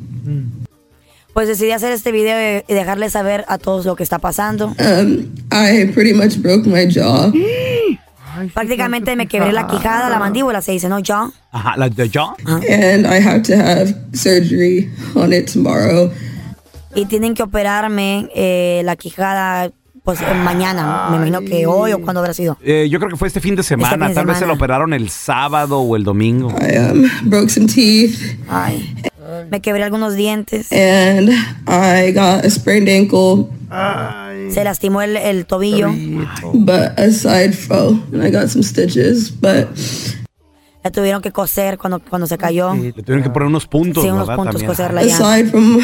Pues decidí hacer este video y- y dejarles saber a todos lo que está pasando.
Um, I pretty much broke my jaw.
Prácticamente me quebré la quijada, la mandíbula, se dice, ¿no, John?
Ajá, la de yo.
And I have to have surgery on it tomorrow.
Y tienen que operarme eh, la quijada pues eh, mañana. Me imagino que hoy o cuando habrá sido.
Eh, yo creo que fue este fin de semana.
Este fin de
Tal vez se lo
semana.
operaron el sábado o el domingo.
Broke some teeth.
Ay, me quebré algunos dientes.
And I got a sprained ankle.
Se lastimó el, el tobillo.
But aside from, and I got some stitches, but
La tuvieron que coser cuando, cuando se cayó.
Le tuvieron que poner unos puntos,
Sí, unos
¿verdad?
puntos,
También.
coserla ya.
aside from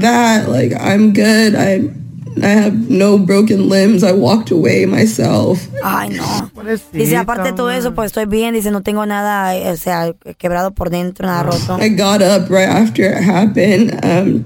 that, like I'm good. I I have no broken limbs. I walked away myself.
Ay, no. Dice, aparte de todo eso, pues estoy bien. Dice, no tengo nada, eh, o sea, quebrado por dentro, nada roto.
I got up right after it happened. Um,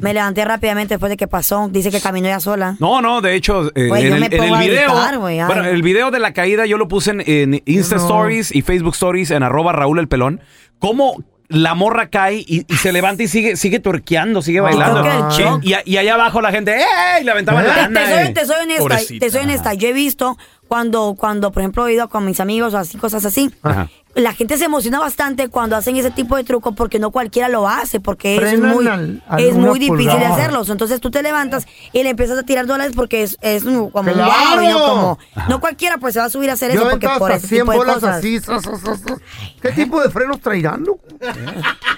Me levanté rápidamente después de que pasó. Dice que caminó ya sola.
No, no, de hecho, eh,
Güey,
en,
yo
el,
me
en el
pongo a
video.
gritar, güey, ay.
bueno, el video de la caída yo lo puse en, en Insta Stories y Facebook Stories en arroba Raúl el Pelón. ¿Cómo la morra cae y, y se levanta y sigue, sigue torqueando, sigue bailando?
creo que el
Sí,
shock.
y, a- y allá abajo la gente, ¡eh! Y le aventaban la
Te,
lana,
te soy,
eh.
te soy honesta,
Pobrecita.
te soy honesta. Yo he visto cuando, cuando, por ejemplo, he ido con mis amigos o así, cosas así.
Uh-huh.
Ajá.
La gente se emociona bastante cuando hacen ese tipo de trucos porque no cualquiera lo hace, porque es
Frenan
muy,
al- al
es
una
muy difícil de
pulgada.
hacerlos. Entonces tú te levantas y le empiezas a tirar dólares porque es, es un- como un
¡Claro!
wow, y no como- no cualquiera pues se va a subir a hacer
Yo
eso porque
aventaba
por
hasta
ese
100
tipo de
bolas
cosas. ¿eh?
así. sa, sa, sa, sa. ¿Qué tipo de frenos traerán, loco?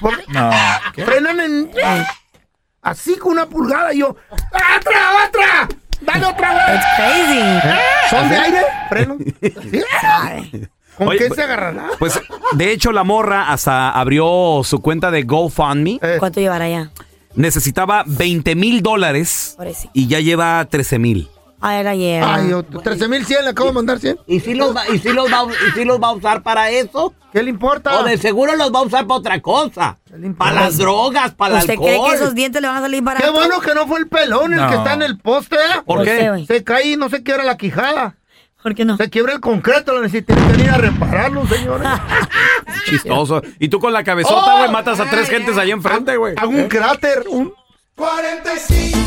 Porque
No.
Frenan en... Así con una pulgada y yo... ¡Otra, otra! ¡Dale otra vez! ¿Eh?
It's crazy.
¿Son de
¿Así?
aire? ¿Frenos? ¿Sí? ¿Con
Oye,
qué
pues-
se agarrará?
Pues, de hecho, la morra hasta abrió su cuenta de GoFundMe.
Eh. ¿Cuánto llevará ya?
necesitaba 20 mil dólares
Pobrecito.
y ya lleva 13 mil.
Ah, era ayer.
Ay, 13,100 le acabo de mandar 100.
¿Y si, los va, y, si los va, ¿Y si los va a usar para eso?
¿Qué le importa?
O de seguro los va a usar para otra cosa. Para las drogas, para el
¿Usted
alcohol.
cree que esos dientes le van a salir baratos?
Qué bueno que no fue el pelón el
No.
que está en el poste. ¿eh?
¿Por qué?
qué, güey?
Se cae y no se quiebra la quijada.
¿Por qué no?
Se quiebra el concreto, lo necesitan venir a repararlo, señores.
Chistoso. Y tú con la cabezota,
Oh,
güey, matas a tres gentes ahí enfrente, güey.
Hago un cráter, un...
45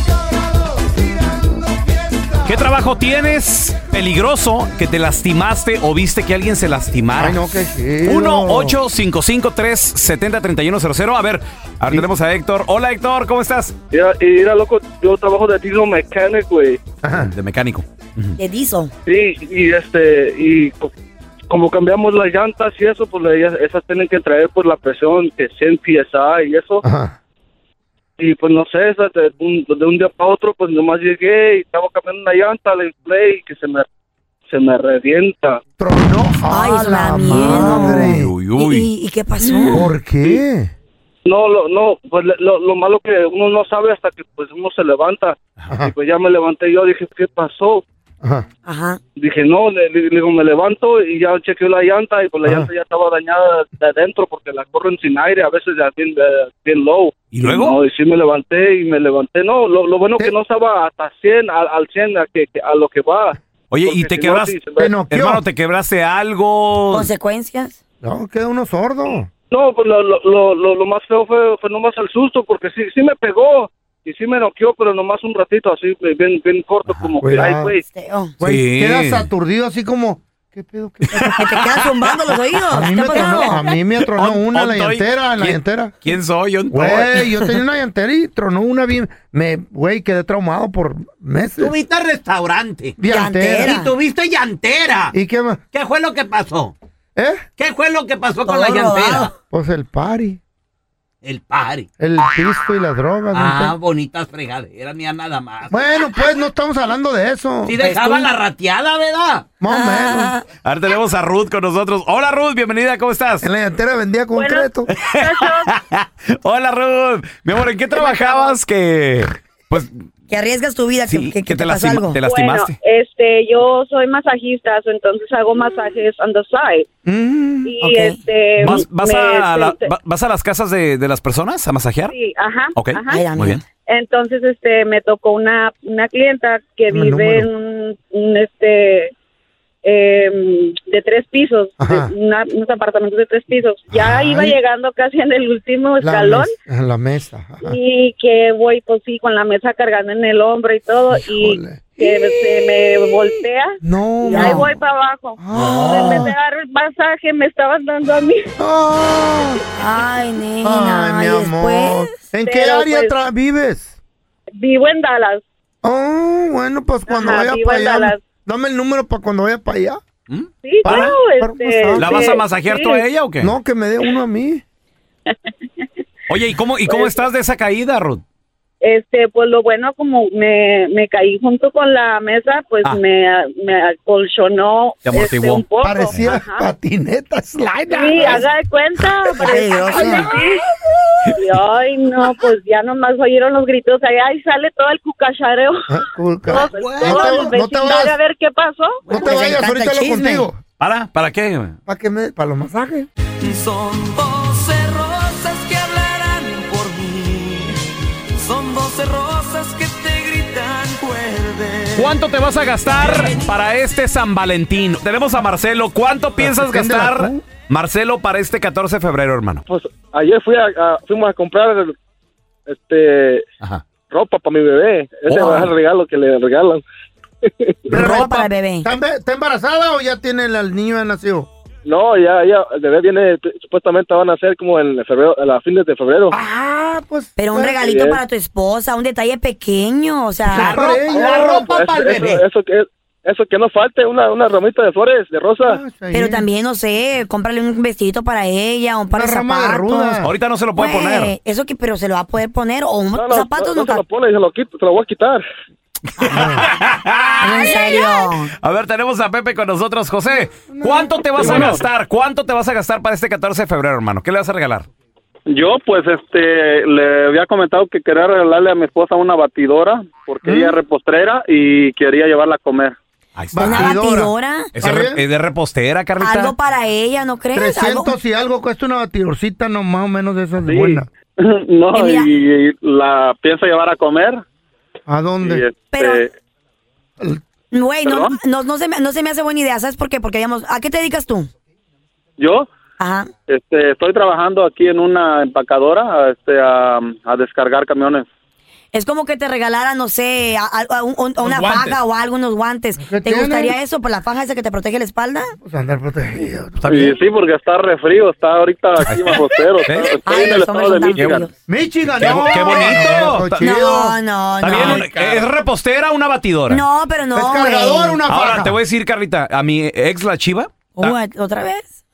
¿Qué trabajo tienes peligroso que te lastimaste o viste que alguien se lastimara?
Ay, no, qué chido.
1-855-370-3100. A ver, ahora tenemos a Héctor. Hola, Héctor, ¿cómo estás?
Mira, y mira, loco, yo trabajo de tiro mecánico, güey.
De mecánico.
De diesel.
Sí, y este, y co- como cambiamos las llantas y eso, pues ellas, esas tienen que traer por la presión que 100 PSI y eso. Y pues no sé, esa de un, de un día para otro, pues nomás llegué y estaba cambiando una llanta, la inflé y que se me, se me revienta.
Ay, eso me da miedo. ¿Y, y qué pasó?
¿Por qué?
No, lo, no, pues le- lo, lo malo que uno no sabe hasta que pues uno se levanta. Y pues ya me levanté yo, dije, ¿qué pasó?
Ajá.
Dije, no, le, le- le digo, me levanto y ya chequeo la llanta y pues la llanta ya estaba dañada de adentro porque la corren sin aire, a veces ya bien, eh, bien low.
¿Y luego?
No, y sí me levanté y me levanté. No, lo, lo bueno que no estaba hasta 100, al, al 100 a, que, que- a lo que va.
Oye,
Porque
¿y
si
te
no,
quebraste?
sí, se me-
hermano, ¿te quebraste algo?
¿Consecuencias?
No, queda uno sordo.
No, pues lo, lo, lo- lo- lo más feo fue, fue nomás el susto, porque sí, sí me pegó y sí me noqueó, pero nomás un ratito así, bien, bien corto, como que, ay,
Cuidado.
güey.
Oh.
Güey,
Sí.
quedas aturdido así como...
Que te quedas zumbando los oídos.
A mí,
¿Qué
me
ha pasado?
tronó, a mí me tronó
On-
una en la
ontoy.
llantera, en la
¿Quién-
llantera.
¿Quién soy? Yo,
Güey, yo tenía una llantera y tronó una bien... Me, güey, quedé traumado por meses.
Tuviste restaurante.
Llantera.
Y tuviste llantera.
¿Y qué más?
¿Qué fue lo que pasó?
¿Eh?
¿Qué fue lo que pasó con
Todo
la llantera?
Pues el party,
El party.
el pisto y las drogas.
Ah,
¿no?
bonitas fregaderas, mira nada más.
Bueno, pues no estamos hablando de eso.
Si dejaba la rateada, ¿verdad?
Más o menos.
Ahora tenemos a Ruth con nosotros. Hola, Ruth, bienvenida, ¿cómo estás? En
la llantera vendía concreto.
Hola, Ruth. Mi amor, ¿en qué trabajabas que... Pues,
Que arriesgas tu vida,
Sí,
que, que-
que
que
te
te, pasó
lastima-
algo.
te lastimaste.
Bueno, este, yo soy masajista, so entonces hago masajes on the side. y
Mm, ok.
em,
este,
¿vas, vas
me-
a la-
este,
va- vas a las casas de, de las personas a masajear?
Sí, ajá.
Ok,
ajá.
muy bien.
Entonces, este, me tocó una, una clienta que
Dame el
vive en
número.
un, un, este, em, de tres pisos,
Ajá.
de una- unos apartamentos de tres pisos. Ya
Ay.
iba llegando casi en el último
La
escalón.
mes- la mesa. ajá.
y que voy pues sí con la mesa cargando en el hombro y todo y que se me voltea
no Ah.
y ahí
no.
voy para abajo en vez de dar el masaje me estaban dando a mí
ay
nena
Ah. Ay, mi amor. ¿En qué
Pero,
área
pues,
tra- vives?
Vivo en Dallas.
Oh, bueno, pues cuando
Ajá,
vaya
vivo
para
en
allá.
Dallas.
Dame el número para cuando vaya para allá.
sí
Para-
claro
para
este,
masaje.
¿Mm? ¿La vas a masajear
sí.
tú a ella o qué?
No, que me dé uno a mí.
Oye, ¿y cómo, y
Pues,
cómo estás de esa caída, Ruth?
este pues lo bueno como me, me caí junto con la mesa pues
Ah.
me, me acolchonó
Te amortiguó.
este, un poco
Parecía patineta slider.
Sí, haga de cuenta. parece- Y, Ay, no, pues ya nomás oyeron los gritos. Ahí, ahí sale todo el cucachareo.
Cuca.
Pues,
No
todo el
te- no te
vecindario
vayas.
a ver qué pasó.
No te vayas, ahorita lo contigo.
¿Para? ¿Para qué?
¿Para que me, para los masajes?
Son 12 rosas que hablarán por mí. Son 12 rosas que te gritan vuelve.
¿Cuánto te vas a gastar para este San Valentín? Tenemos a Marcelo. ¿Cuánto piensas
Preséntela
gastar, Marcelo, para este 14 de febrero, hermano?
Pues ayer fui a, a- fuimos a comprar este ropa para mi bebé. Ese
Oh.
es el regalo que le regalan.
Ropa para bebé. ¿Está embe- está embarazada o ya tiene el, el niño ya nacido?
No, ya, ya, el bebé viene, supuestamente van a ser como en febrero, a la fines de febrero.
Ah, pues.
Pero un
Bueno,
regalito
bien.
para tu esposa, un detalle pequeño, o sea.
La ropa- la ropa para el pues, Eso- bebé. eso que, eso que no falte, una, una ramita de flores, de rosa.
Pero también, no sé, cómprale un vestidito para ella, un par de zapatos.
Ahorita no se lo puede
Güey,
poner.
Eso que, pero se lo va a poder poner o un-
No, no,
zapatos
no, no
nunca.
se lo pone, se lo quito, se lo voy a quitar.
¿En serio?
A ver, tenemos a Pepe con nosotros. José, ¿cuánto te vas a
Bueno.
gastar? ¿Cuánto te vas a gastar para este 14 de febrero, hermano? ¿Qué le vas a regalar?
Yo, pues, este, le había comentado que quería regalarle a mi esposa una batidora, porque ella es repostrera y quería llevarla a comer.
¿Una Ah, batidora?
Es de, re- es de repostera, Carlita.
Algo para ella, ¿no crees? Algo-
300 y algo cuesta una batidorcita, no más o menos de esas buenas. Eh,
No, y, la pienso llevar a comer. este,
¿A dónde?
Pero...
Ah, Güey, no,
¿Perdón?
no, no se me, no se me hace buena idea. ¿Sabes por qué? Porque, digamos, ¿a qué te dedicas tú?
Yo,
Ajá.
este, estoy trabajando aquí en una empacadora, este, a, a descargar camiones.
Es como que te regalaran, no sé, a, a- a un- a una
guantes.
faja o algo, unos guantes. ¿Te
tiene?
gustaría eso? ¿Por la faja esa que te protege la espalda?
Pues andar protegido.
Y sí, porque está re frío, está ahorita aquí bajo cero. Está, estoy en el estado de Michigan.
Michigan,
Qué,
no.
qué
No,
bonito.
No, no,
Está
no.
bien, ¿Es repostera una batidora?
No, pero no. güey.
Ahora te voy a decir, Carlita, a mi ex la chiva.
Uy, mm, ¿Otra vez?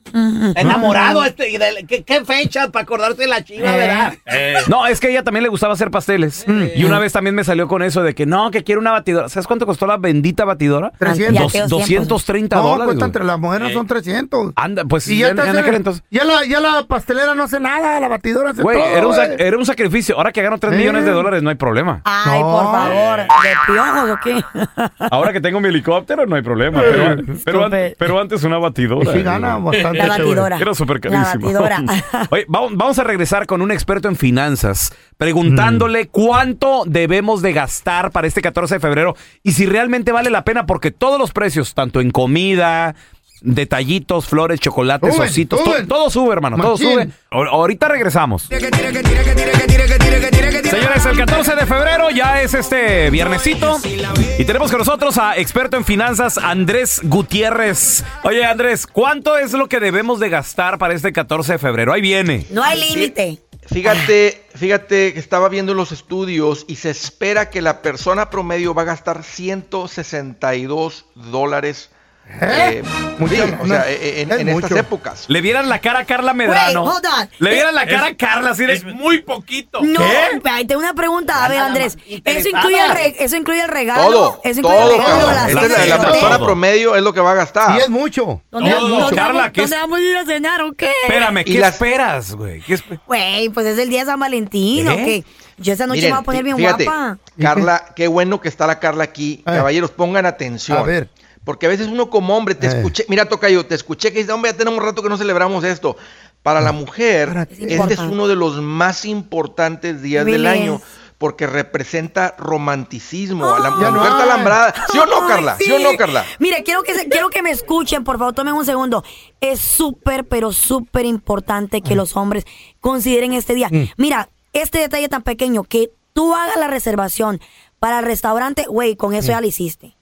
Enamorado este. y del- ¿qué, qué fecha para acordarse de la chiva, verdad?
Eh.
No, es que a ella también le gustaba hacer pasteles. Y una vez también me salió con eso de que no, que quiero una batidora. ¿Sabes cuánto costó la bendita batidora?
300.
Dos- 230
No,
dólares.
cuesta
güey. Eh,
entre las mujeres son 300.
Anda, pues
Y ya,
en-
te
en
hacen-
aquel entonces.
ya la, ya la pastelera no hace nada, la batidora hace
Güey,
todo.
era, un
güey. Ah.
sac- era un sacrificio. Ahora que gano 3
Eh.
millones de dólares, no hay problema.
Ay, por favor. ¿De piojos o qué?
Ahora que tengo mi helicóptero, no hay problema. Pero, pero, an- pero antes una batidora.
Y sí gana bastante,
La batidora.
Era súper carísimo.
La batidora.
Oye, vamos, vamos a regresar con un experto en finanzas,
Mm.
preguntándole cuánto debemos de gastar para este 14 de febrero y si realmente vale la pena, porque todos los precios, tanto en comida, detallitos, flores, chocolates,
Suben,
ositos, to-
suben.
todo sube, hermano, todo
Machín.
sube. Ahor- Ahorita regresamos. Señores, el 14 de febrero ya es este viernesito y tenemos con nosotros a experto en finanzas Andrés Gutiérrez. Oye, Andrés, ¿cuánto es lo que debemos de gastar para este 14 de febrero? Ahí viene.
No hay límite.
Fíjate, fíjate que estaba viendo los estudios y se espera que la persona promedio va a gastar 162 dólares. eh, sí, o sea, eh, en, en estas épocas.
Le vieran la cara a Carla Medrano.
Güey, hold on.
Le vieran la cara
Es-
a Carla, así de-
muy poquito.
No, ahí tengo una pregunta. A ver, Andrés. ¿Eso
interesada.
incluye, el re- ¿Eso incluye el regalo?
Todo,
¿Eso incluye
todo,
el regalo?
cabrón.
la
Esta
cena?
es la, la
todo.
persona promedio es lo que va a gastar.
Y es mucho.
¿Dónde,
Todo,
dónde
Carla,
vamos,
¿qué es-
dónde vamos a ir a cenar o qué?
Espérame,
Y
¿qué
las-
esperas, güey? ¿Qué espe-
Güey, pues es el día de San Valentín, ¿o
¿Eh?
qué? Yo esa noche
Miren,
me voy a poner bien
fíjate,
guapa.
Carla, qué bueno que está la Carla aquí. Caballeros, pongan atención.
A ver.
Porque a veces uno como hombre te
Eh.
escuché, mira Tocayo, te escuché que dice, hombre, ya tenemos rato que no celebramos esto. Para
Ah,
la mujer,
Es
este es
importante.
uno de los más importantes días
Really
del año
es.
porque representa romanticismo. la
Ya
mujer
no
está
hay.
alambrada. ¿Sí o no,
Ay,
Carla? ¿Sí, o no, Carla?
Mire, quiero que, se- quiero que me escuchen, por favor, tomen un segundo. Es súper, pero súper importante
Mm.
que los hombres consideren este día.
Mm.
Mira, este detalle tan pequeño, que tú hagas la reservación para el restaurante, güey, con eso ya lo hiciste.
Mm.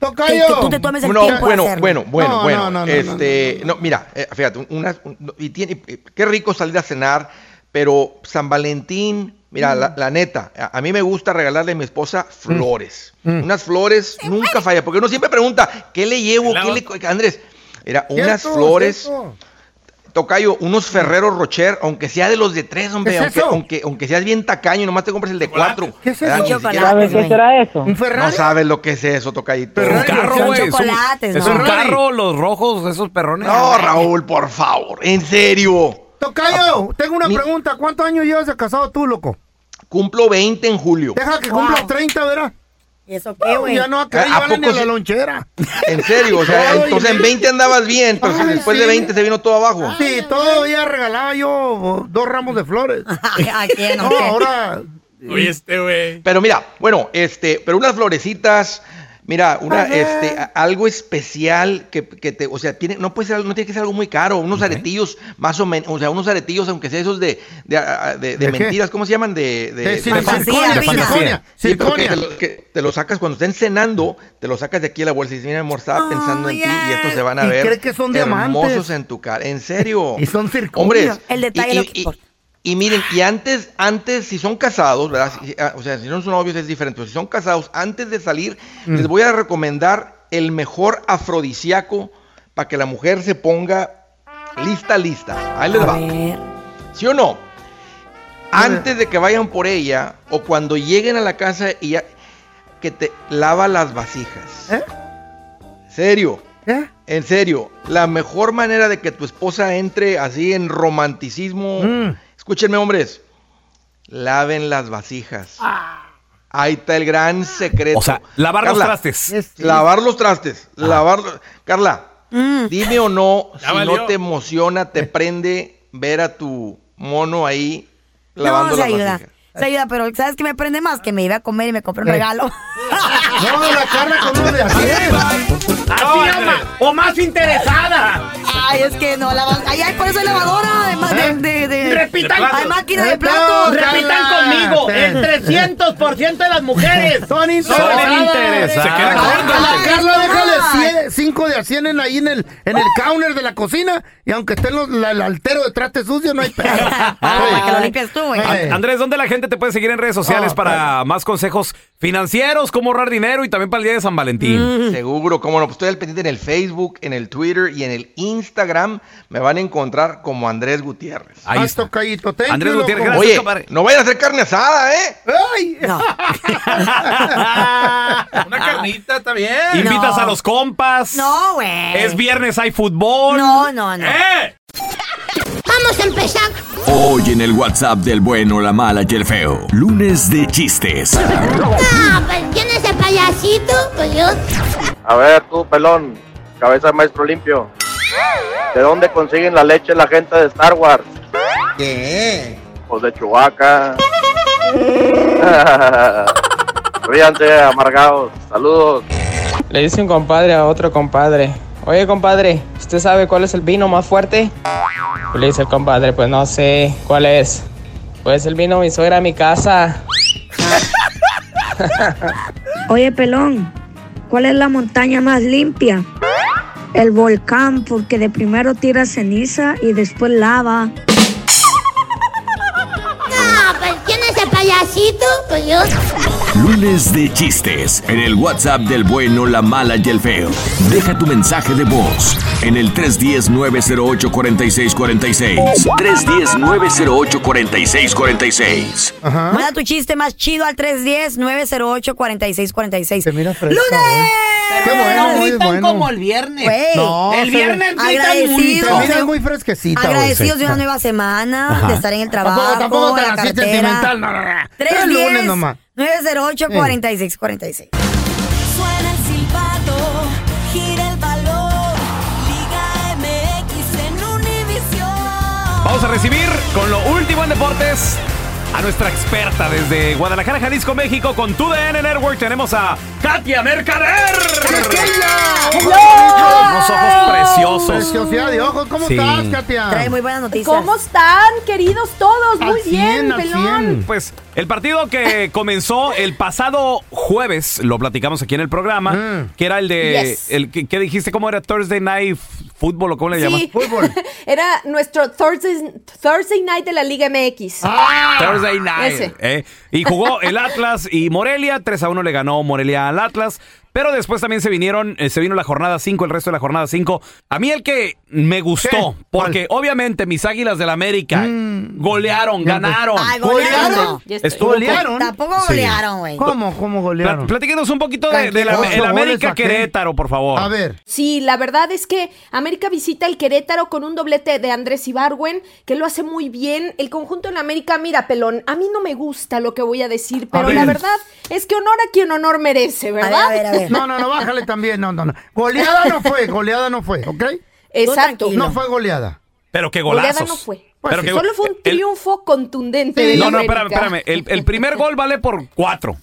¡Tocayo!
Que, que tú te tomes el
No,
tiempo
bueno,
de hacerlo.
bueno, bueno,
No,
bueno.
no, no, no,
este, no, mira, eh, fíjate, una, un- y tiene, eh, qué rico salir a cenar, pero San Valentín, mira, la, la neta, a, a mí me gusta regalarle a mi esposa
Mm.
flores. Unas flores nunca falla, porque uno siempre pregunta, ¿qué le llevo? ¿Qué le co- Andrés, mira, unas
Cierto,
flores.
cierto.
Tocayo, unos Ferreros Rocher, aunque sea de los de tres, hombre,
¿Qué es
aunque,
eso?
aunque, aunque seas bien tacaño, nomás te compres el de cuatro.
¿Qué es
¿verdad?
eso?
Ni
Chocolates,
siquiera-
¿Sabes qué güey. será eso? ¿Un
No
Ferrari?
sabes lo que es eso, Tocayito.
Es un carro,
Son
güey. eh, Es un-
chocolates,
Es
¿no?
un
Ferrari.
carro, los rojos, esos perrones.
No, Raúl, por favor, en serio.
Tocayo, tengo una pregunta. ¿Cuántos años llevas de casado tú, loco?
Cumplo 20 en julio.
Deja que cumpla 30, verás.
¿Y eso
No, ya no acá
¿A- a
llevan ni
poco
a la
sí?
lonchera.
En serio, o sea,
Ay,
entonces en 20 andabas bien, pero si
Ay,
después de
sí.
20 se vino todo abajo.
Sí, todavía regalaba yo dos ramos de flores.
¿A quién?
No, ahora.
Oye, este güey. Pero mira, bueno, este, pero unas florecitas, mira, una, este, a- algo especial que, que te, o sea, tiene, no puede ser, algo- no tiene que ser algo muy caro, unos aretillos, más o menos, o sea, unos aretillos, aunque sea esos de, de, a- de- de
¿De qué?
mentiras, ¿cómo se llaman? De,
De siliconia,
fantasía,
de
fina.
fantasía,
Sí, pero que
siliconia.
te, lo, que te lo sacas cuando estén cenando, te lo sacas de aquí a la bolsa y dices, mira, amor, estaba pensando en ti y estos se van a
¿Y
ver
crees que son
hermosos
diamantes?
en tu cara, en serio.
Y son circunio.
Hombres,
El detalle
y-
lo
y-
que
y- y miren, y antes, antes, si son casados, ¿verdad? Si- ah, o sea, si no son novios es diferente, pero si son casados, antes de salir,
Mm.
les voy a recomendar el mejor afrodisíaco para que la mujer se ponga lista, lista. Ahí les va. ¿Sí o no? Antes de que vayan por ella, o cuando lleguen a la casa y ya- que te lava las vasijas. ¿Serio? En serio, la mejor manera de que tu esposa entre así en romanticismo es Escúchenme, hombres. Laven las vasijas. Ahí está el gran secreto.
O sea, lavar los trastes. Ah.
Lavar los trastes. Lavar. Carla, dime o no, si no te emociona,
Eh.
te prende ver a tu mono ahí lavando
no, se
las
ayuda.
vasijas.
Se ayuda, pero ¿sabes qué me prende más? Que me iba a comer y me compré un
Eh.
regalo.
No, la Carla con uno de
o más interesada.
Ay, es que no, la Ay, ay, por eso hay lavadora, además de, de, de-
Repitan.
Hay máquina
Eh,
de
no,
platos.
Repitan conmigo. El 300% de las mujeres son
Se queda
corto.
Carla, déjale 5 de a 100 en, ahí en el, en el counter de la cocina. Y aunque esté en los- la- el altero de traste sucio, no hay pedo.
que lo limpias tú, güey.
An- Andrés, ¿dónde la gente te puede seguir en redes sociales para
pues.
más consejos financieros, cómo ahorrar dinero y también para el día de San Valentín?
Seguro, cómo no. Pues estoy al pendiente en el Facebook, en el Twitter y en el Instagram. Me van a encontrar como Andrés Gutiérrez.
Ahí Haz está. tocallito, thank Andrés you, Gutiérrez, loco.
Oye,
gracias, compadre.
no vayan a hacer carne asada, ¿eh?
¡Ay!
Una carnita está bien.
Mm,
Invitas
No.
a los compas.
No, güey.
Es viernes, hay fútbol.
No, no, no.
Vamos a empezar.
Hoy en el WhatsApp del bueno, la mala y el feo. Lunes de chistes.
No, pues ¿quién es el payasito? Pues yo.
A ver, tú, pelón, cabeza de maestro limpio. ¿De dónde consiguen la leche la gente de Star Wars? ¿Qué? Pues de Chewbacca. Ríanse, amargados. Saludos.
Le dice un compadre a otro compadre. Oye, compadre, ¿usted sabe cuál es el vino más fuerte? Pues le dice el compadre, pues no sé cuál es. Pues el vino de mi suegra a mi casa.
Oye, pelón, ¿cuál es la montaña más limpia? El volcán, porque de primero tira ceniza y después lava.
No, pues ¿quién es el payasito? Pues yo.
Lunes de chistes. En el WhatsApp del bueno, la mala y el feo. Deja tu mensaje de voz en el 310-908-4646. 310-908-4646.
Ah. Manda tu chiste más chido al 310-908-4646. Te miras
fresca, ¿eh? Qué bueno,
no
muy
gritan
bueno.
como el viernes.
Güey.
No, se-
agradecidos,
Te miras
de-
muy fresquecita, güey.
agradecidos de una
Sí.
nueva semana,
Ajá. Ah,
de estar en el
Tampoco-
trabajo,
tampoco tan
en la
así
cartera.
sentimental, no, no, no. Es
310
lunes nomás.
908 4646.
Suena el silbato, gira el balón, Liga MX en Univisión.
Vamos a recibir con lo último en deportes a nuestra experta desde Guadalajara, Jalisco, México, con tu DN Network. Tenemos a Katia Mercader. Unos ojos preciosos.
Preciosidad de ojos. ¿Cómo
Sí.
estás, Katia?
Trae muy buenas noticias.
¿Cómo están, queridos todos? Muy bien, pelón.
Pues el partido que comenzó el pasado jueves, lo platicamos aquí en el programa,
Mm.
que era el de.
Yes.
El, que, que dijiste? ¿Cómo era? Thursday Night Football o cómo le llamas?
Sí. Era nuestro Thursday, Thursday Night de la Liga MX.
Thursday night.
Ese.
eh. Y jugó el Atlas y Morelia. 3 a 1 le ganó Morelia al Atlas. Pero después también se vinieron, eh, se vino la jornada 5, el resto de la jornada 5. A mí el que me gustó, porque obviamente mis águilas del América
Mm.
golearon, ganaron.
Ah,
Ay, golearon.
Golearon.
Ya estoy-
Estuvo-
Tampoco
Sí.
golearon, güey.
¿Cómo? ¿Cómo golearon?
Pla- platíquenos un poquito de, de la-
Ocho
el
goles
América
saqué.
Querétaro, por favor.
A ver.
Sí, la verdad es que América visita el Querétaro con un doblete de Andrés Ibarwen, que lo hace muy bien. El conjunto en América, mira, pelón, a mí no me gusta lo que voy a decir, pero
ver.
la verdad es que honor a quien honor merece, ¿verdad?
No, no, no, bájale también. No, no, no. Goleada no fue, goleada no fue, ¿ok?
Exacto.
No fue goleada.
Pero qué golazos.
Goleada no fue.
Pero qué go-
Solo fue un
el-
triunfo contundente. del
no, no,
América.
espérame, espérame. El, el primer gol vale por cuatro.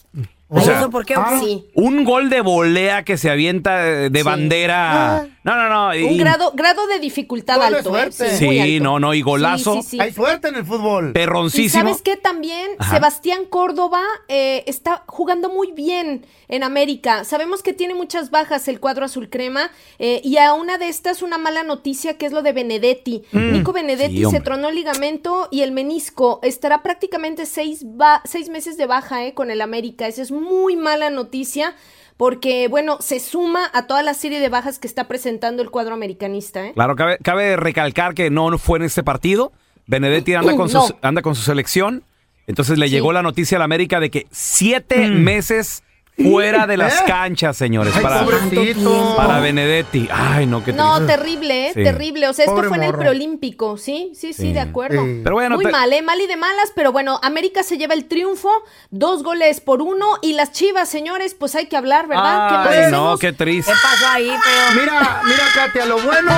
O
Ay,
sea,
¿eso por qué?
Ah.
Sí.
Un gol de volea que se avienta de de bandera. No, no, no.
Ah. Un
y-
grado, grado de dificultad
Gol de
alto. ¿eh?
suerte.
muy
Sí,
alto.
no, no, y golazo.
Sí, sí, sí.
Hay suerte en el fútbol.
Y
Perroncísimo.
sabes que también
Ajá.
Sebastián Córdoba eh, está jugando muy bien en América. Sabemos que tiene muchas bajas el cuadro azul crema eh, y a una de estas una mala noticia que es lo de Benedetti.
Mm.
Nico Benedetti
Sí,
se
hombre.
tronó el ligamento y el menisco. Estará prácticamente seis, ba- seis meses de baja eh, con el América. Esa es muy mala noticia. Porque, bueno, se suma a toda la serie de bajas que está presentando el cuadro americanista. ¿eh?
Claro, cabe, cabe recalcar que no no fue en este partido. Benedetti anda con,
No.
su, anda con su selección. Entonces le llegó la noticia a la América de que siete meses fuera de las canchas, señores.
¿Eh? Ay,
para,
pobrecito.
para Benedetti. Ay, no, qué
No,
triste.
terrible, ¿eh?
Sí.
terrible. O sea, esto
Pobre
fue en el
morro.
preolímpico, ¿sí? Sí, sí,
Sí.
de acuerdo.
Sí. Pero bueno,
Muy
te-
mal, ¿eh? Mal y de malas, pero bueno, América se lleva el triunfo, dos goles por uno, y las chivas, señores, pues hay que hablar, ¿verdad? ¿Qué más
Ay,
hacemos?
no, qué triste.
pasó ahí, feo?
Mira, mira, Katia, lo bueno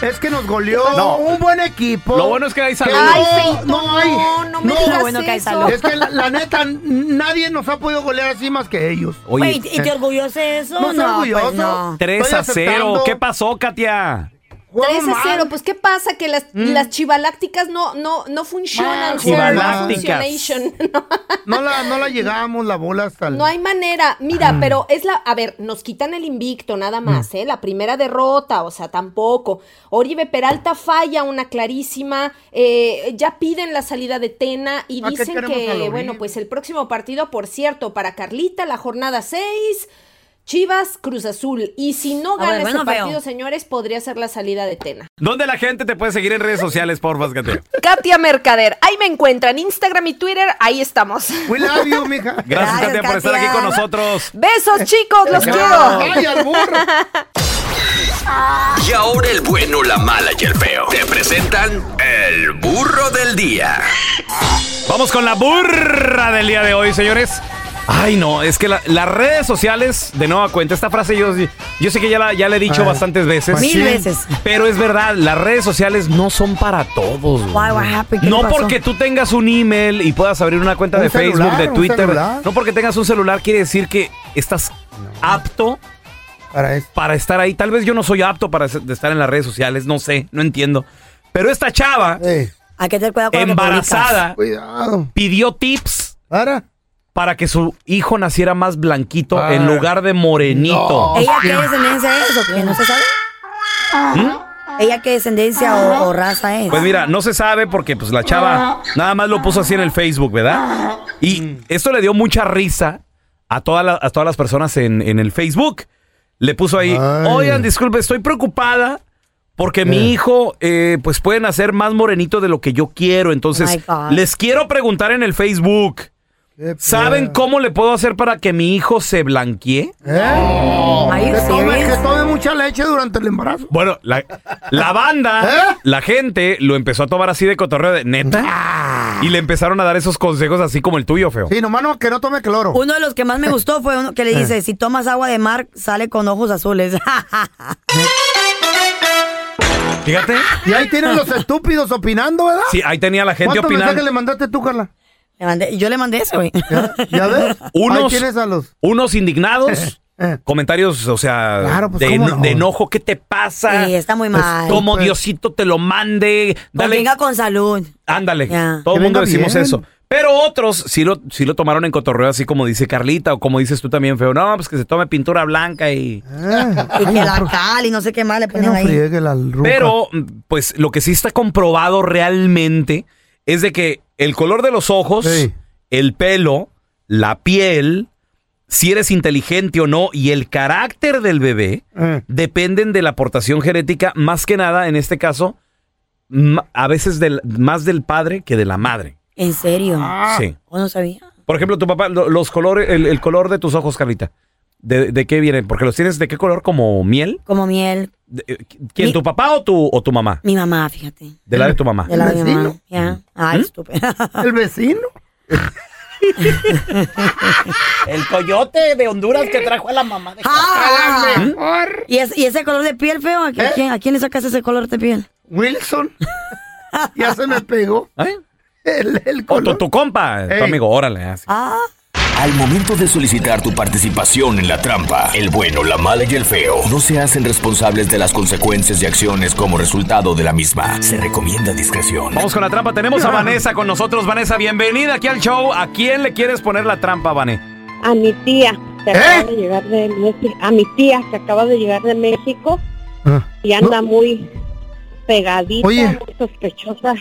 es que nos goleó
No.
un buen equipo.
Lo bueno es que hay salud.
Ay,
no,
feito,
no hay.
no, no me digas Lo bueno que hay eso. salud.
Es que la, la neta, n- nadie nos ha podido golear así más que ellos. eh,
Oye,
Güey, ¿y te orgulloso de eso?
No, estoy orgulloso.
pues no.
3
Estoy
a 0.
aceptando.
¿Qué pasó, Katia?
3 a 0, pues ¿qué pasa? Que las,
Mm.
las chivalácticas no, no, no funcionan. o sea,
Chivalácticas.
No, funcionation.
No la, no la llegamos la bola hasta el...
No hay manera. Mira,
Ah.
pero es la. A ver, nos quitan el invicto,
Mm.
nada más, ¿eh? La primera derrota, o sea, tampoco. Oribe Peralta falla una clarísima. eh, ya piden la salida de Tena y
¿Para qué
dicen
queremos al
que,
Oribe?
bueno, pues el próximo partido, por cierto, para Carlita, la jornada 6. Chivas, Cruz Azul. Y si no
A ver,
gana ese
bueno, feo.
partido, señores, podría ser la salida de Tena.
¿Dónde la gente te puede seguir en redes sociales, porfa, Katia?
Katia Mercader, ahí me encuentran, Instagram y Twitter, ahí estamos.
We love you, mija.
Gracias, Katia, por estar aquí con nosotros.
Besos, chicos, los quiero.
Ay, al burro.
Y ahora el bueno, la mala y el feo. Te presentan el burro del día.
Vamos con la burra del día de hoy, señores. Ay, no, es que la- las redes sociales, de nueva cuenta, esta frase yo, yo sé que ya la, ya la he dicho
Ah,
bastantes veces.
Mil machín. veces.
Pero es verdad, las redes sociales no son para todos. güey.
Why, what happened? ¿Qué
No
pasó?
porque tú tengas un email y puedas abrir una cuenta
Un
de
celular,
Facebook, de
un
Twitter.
celular.
No porque tengas un celular quiere decir que estás apto
para,
estar ahí. Tal vez yo no soy apto para es- de estar en las redes sociales, no sé, no entiendo. Pero esta chava,
Hay que tener cuidado con lo que
embarazada,
publicas.
pidió tips
para
que su hijo naciera más blanquito en lugar de morenito.
¿Ella qué descendencia es o qué? ¿No se sabe? ¿Ella qué descendencia o, o raza es?
¿Mm? Pues mira, no se sabe porque pues la
Ah.
chava nada más lo puso así en el Facebook, ¿verdad? Y esto le dio mucha risa a, toda la- a todas las personas en, en el Facebook. Le puso ahí, oigan, disculpe, estoy preocupada porque mi hijo eh, pues pueden hacer más morenito de lo que yo quiero. Entonces,
Oh my God.
les quiero preguntar en el Facebook, ¿saben cómo le puedo hacer para que mi hijo se blanquee?
¿Eh? Que tome, que tome mucha leche durante el embarazo.
Bueno, la, la banda,
¿Eh?
la gente lo empezó a tomar así de cotorreo de neta. Y le empezaron a dar esos consejos así como el tuyo, feo.
Ah. Sí, nomás no, que no tome cloro. Eh.
Uno de los que más me gustó fue uno que le dice, si tomas agua de mar, sale con ojos azules.
Fíjate.
Y ahí tienen los estúpidos opinando, ¿verdad?
Sí, ahí tenía la gente
¿Cuántos
opinando.
mensajes le mandaste tú, Carla?
Le mandé- yo le mandé eso, güey.
¿Ya ves?
Unos,
Ahí tienes a los... Eh,
unos indignados, comentarios, o sea,
Claro, pues,
de,
¿cómo
eno-
no?
de enojo. ¿Qué te pasa?
Sí, está muy
Pues,
mal.
Como
Pues.
Diosito te lo mande.
Pues
Dale.
venga con salud.
Ándale.
Ya.
Todo
Que
el mundo
venga
decimos
bien.
eso. Pero otros sí lo, sí lo tomaron en cotorreo, así como dice Carlita, o como dices tú también, feo. No, pues que se tome pintura blanca y.
Ah.
Y que la cal y no sé qué más le ponen ahí.
Pero, mm, pues, lo que sí está comprobado realmente es de que el color de los ojos, el pelo, la piel, si eres inteligente o no, y el carácter del bebé dependen de la aportación genética, más que nada, en este caso, m- a veces del- más del padre que de la madre.
¿En serio?
Sí.
¿O no sabía?
Por ejemplo, tu papá, lo- los colores, el, el color de tus ojos, Carlita. ¿De, de qué vienen? Porque los tienes de qué color, como miel.
Como miel.
De- eh, ¿Quién, tu papá o tu, o tu mamá?
Mi mamá, fíjate.
De la de tu mamá.
De la de mi mamá. Ya. Ay, estúpido.
¿Mm? ¿El vecino?
El coyote de Honduras que trajo a la mamá de
Ah. ¿Mm? ¿Y, es- y ese color de piel, feo? ¿A, a quién, a quién le sacas ese color de piel?
¿Eh? Wilson. ya se me pegó.
¿Eh?
El, el
O tu, tu compa, tu
Ey.
amigo, órale. así.
Ah.
Al momento de solicitar tu participación en la trampa, el bueno, la mala y el feo no se hacen responsables de las consecuencias y acciones como resultado de la misma. Se recomienda discreción.
Vamos con la trampa. Tenemos a Vanessa con nosotros. Vanessa, bienvenida aquí al show. ¿A quién le quieres poner la trampa, Vané?
A mi tía que acaba de llegar de México, a mi tía que acaba de llegar de México y anda muy pegadita, muy sospechosa.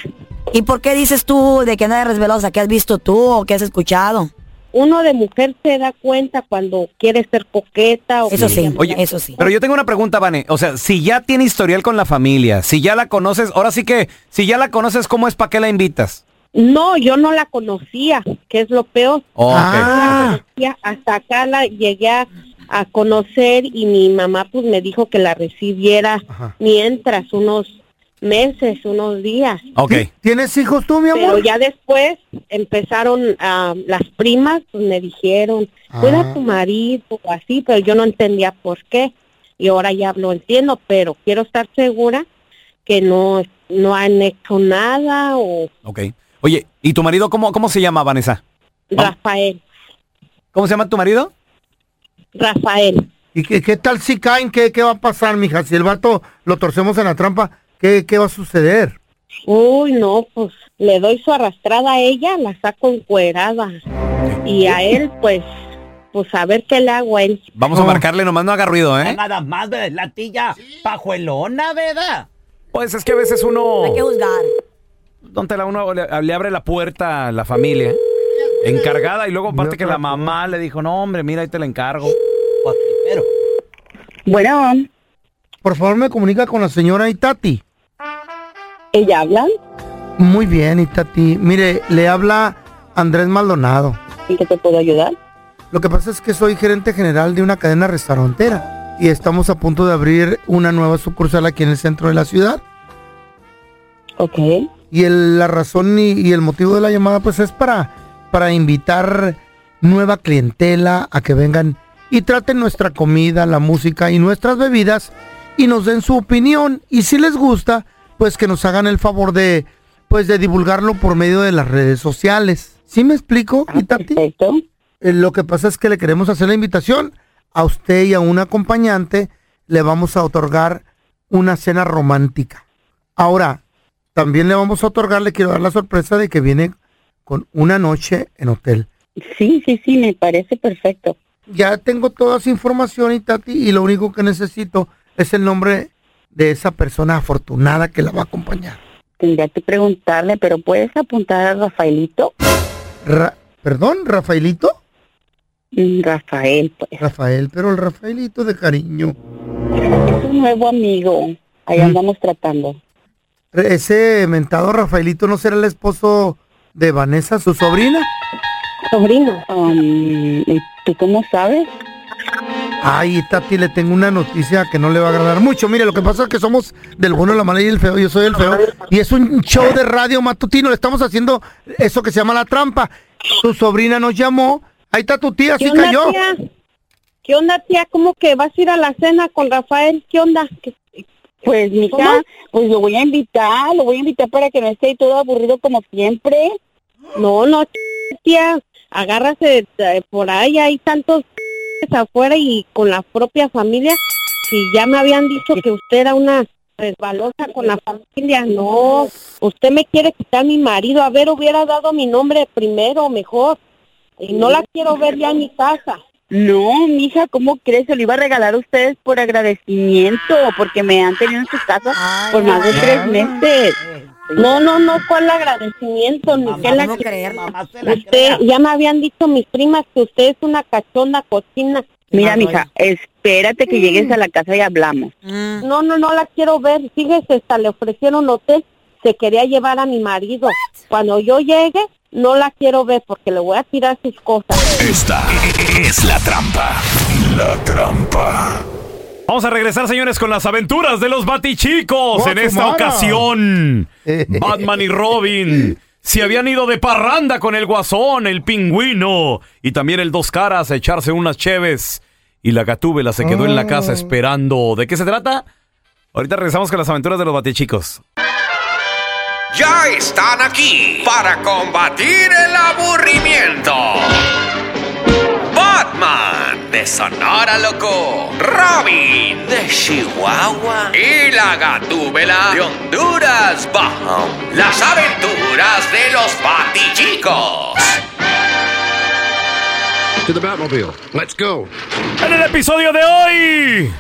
¿Y por qué dices tú de que nadie resvelosa? ¿Qué has visto tú o qué has escuchado?
Uno de mujer se da cuenta cuando quiere ser coqueta o
Eso sí,
Oye,
eso sí.
Pero yo tengo una pregunta, Vané. O sea, si ya tiene historial con la familia, si ya la conoces, ahora sí que, si ya la conoces, ¿cómo es para qué la invitas?
No, yo no la conocía, que es lo peor.
Oh, ok.
Ah. Hasta acá la llegué a, a conocer y mi mamá pues me dijo que la recibiera mientras unos meses, unos días.
Ok.
¿Tienes hijos tú, mi
Pero
amor?
ya después empezaron ah, las primas, pues me dijeron, cuida
Ah.
a tu marido o así, pero yo no entendía por qué. Y ahora ya lo entiendo, pero quiero estar segura que no, no han hecho nada o
Ok. Oye, ¿y tu marido cómo, cómo se llama, Vanessa?
Rafael,
¿Cómo se llama tu marido?
Rafael.
¿Y qué, qué tal si caen? ¿Qué, ¿Qué va a pasar, mija? Si el vato lo torcemos en la trampa, ¿qué, qué va a suceder?
Uy, no, pues le doy su arrastrada a ella, la saco encuerada. Y a él, pues, pues a ver qué le hago a él.
Vamos a marcarle, nomás no haga ruido, ¿eh?
Nada más, ¿verdad? La tía pajuelona, ¿verdad?
Pues es que a veces uno...
Hay que
juzgar.
Don Tela, uno le, le abre la puerta a la familia encargada y luego aparte que la mamá le dijo, no, hombre, mira, ahí te la encargo.
Bueno.
Por favor, me comunica con la señora Itati.
¿Ella habla?
Muy bien, Itati. Mire, le habla Andrés Maldonado.
¿Y qué te puedo ayudar?
Lo que pasa es que soy gerente general de una cadena restaurantera y estamos a punto de abrir una nueva sucursal aquí en el centro de la ciudad.
Ok.
Y el- la razón y, y el motivo de la llamada pues es para, para invitar nueva clientela a que vengan y traten nuestra comida, la música y nuestras bebidas y nos den su opinión y si les gusta pues que nos hagan el favor de pues de divulgarlo por medio de las redes sociales. ¿Sí me explico, Itati? Eh, lo que pasa es que le queremos hacer la invitación a usted y a un acompañante le vamos a otorgar una cena romántica. Ahora, también le vamos a otorgar, le quiero dar la sorpresa de que viene con una noche en hotel.
Sí, sí, sí, me parece perfecto.
Ya tengo toda esa información, Itati, y lo único que necesito es el nombre de esa persona afortunada que la va a acompañar.
Tendría que preguntarle, pero ¿puedes apuntar a Rafaelito?
Ra- ¿Perdón, Rafaelito?
Mm, Rafael, pues.
Rafael, pero el Rafaelito de cariño.
Es un nuevo amigo. Ahí andamos tratando.
Mm. Ese mentado Rafaelito no será el esposo de Vanessa, su sobrina.
Sobrino. Um, ¿Tú cómo sabes?
Ay, Tati, le tengo una noticia que no le va a agradar mucho. Mire, lo que pasa es que somos del bueno, la mala y el feo. Yo soy el feo. Y es un show de radio matutino. Le estamos haciendo eso que se llama la trampa. Tu sobrina nos llamó. Ahí está tu tía, sí
¿Qué onda,
cayó.
tía? ¿Qué onda, tía? ¿Cómo que vas a ir a la cena con Rafael? ¿Qué onda? Pues, mija, pues lo voy a invitar, lo voy a invitar para que no esté ahí todo aburrido como siempre. No, no, tía, agárrase eh, por ahí, hay tantos afuera y con la propia familia, que ya me habían dicho que usted era una resbalosa con la familia, no, usted me quiere quitar mi marido, a ver, hubiera dado mi nombre primero, mejor, y no la quiero ver ya en mi casa.
No, mija, ¿cómo crees? Se lo iba a regalar a ustedes por agradecimiento, porque me han tenido en su casa por más de tres meses.
No, no, no, ¿cuál agradecimiento? Ni qué la- Usted, ya me habían dicho mis primas que usted es una cachonda cocina.
Mira, mija, espérate que llegues a la casa y hablamos.
No, no, no la quiero ver. Fíjese, hasta le ofrecieron hotel. Se quería llevar a mi marido. Cuando yo llegue, no la quiero ver porque le voy a tirar sus cosas.
Esta es la trampa. La trampa.
Vamos a regresar, señores, con las aventuras de los Batichicos. en esta
Guatemala.
ocasión, Batman y Robin se habían ido de parranda con el Guasón, el Pingüino y también el Dos Caras a echarse unas cheves. Y la Gatúbela se quedó en la casa esperando. ¿De qué se trata? Ahorita regresamos con las aventuras de los Batichicos.
Ya están aquí para combatir el aburrimiento. Batman de Sonora Loco, Robin de Chihuahua y la Gatúbela de Honduras Bajo. Las aventuras de los patichicos.
To the Batmobile. Let's go.
En el episodio de hoy,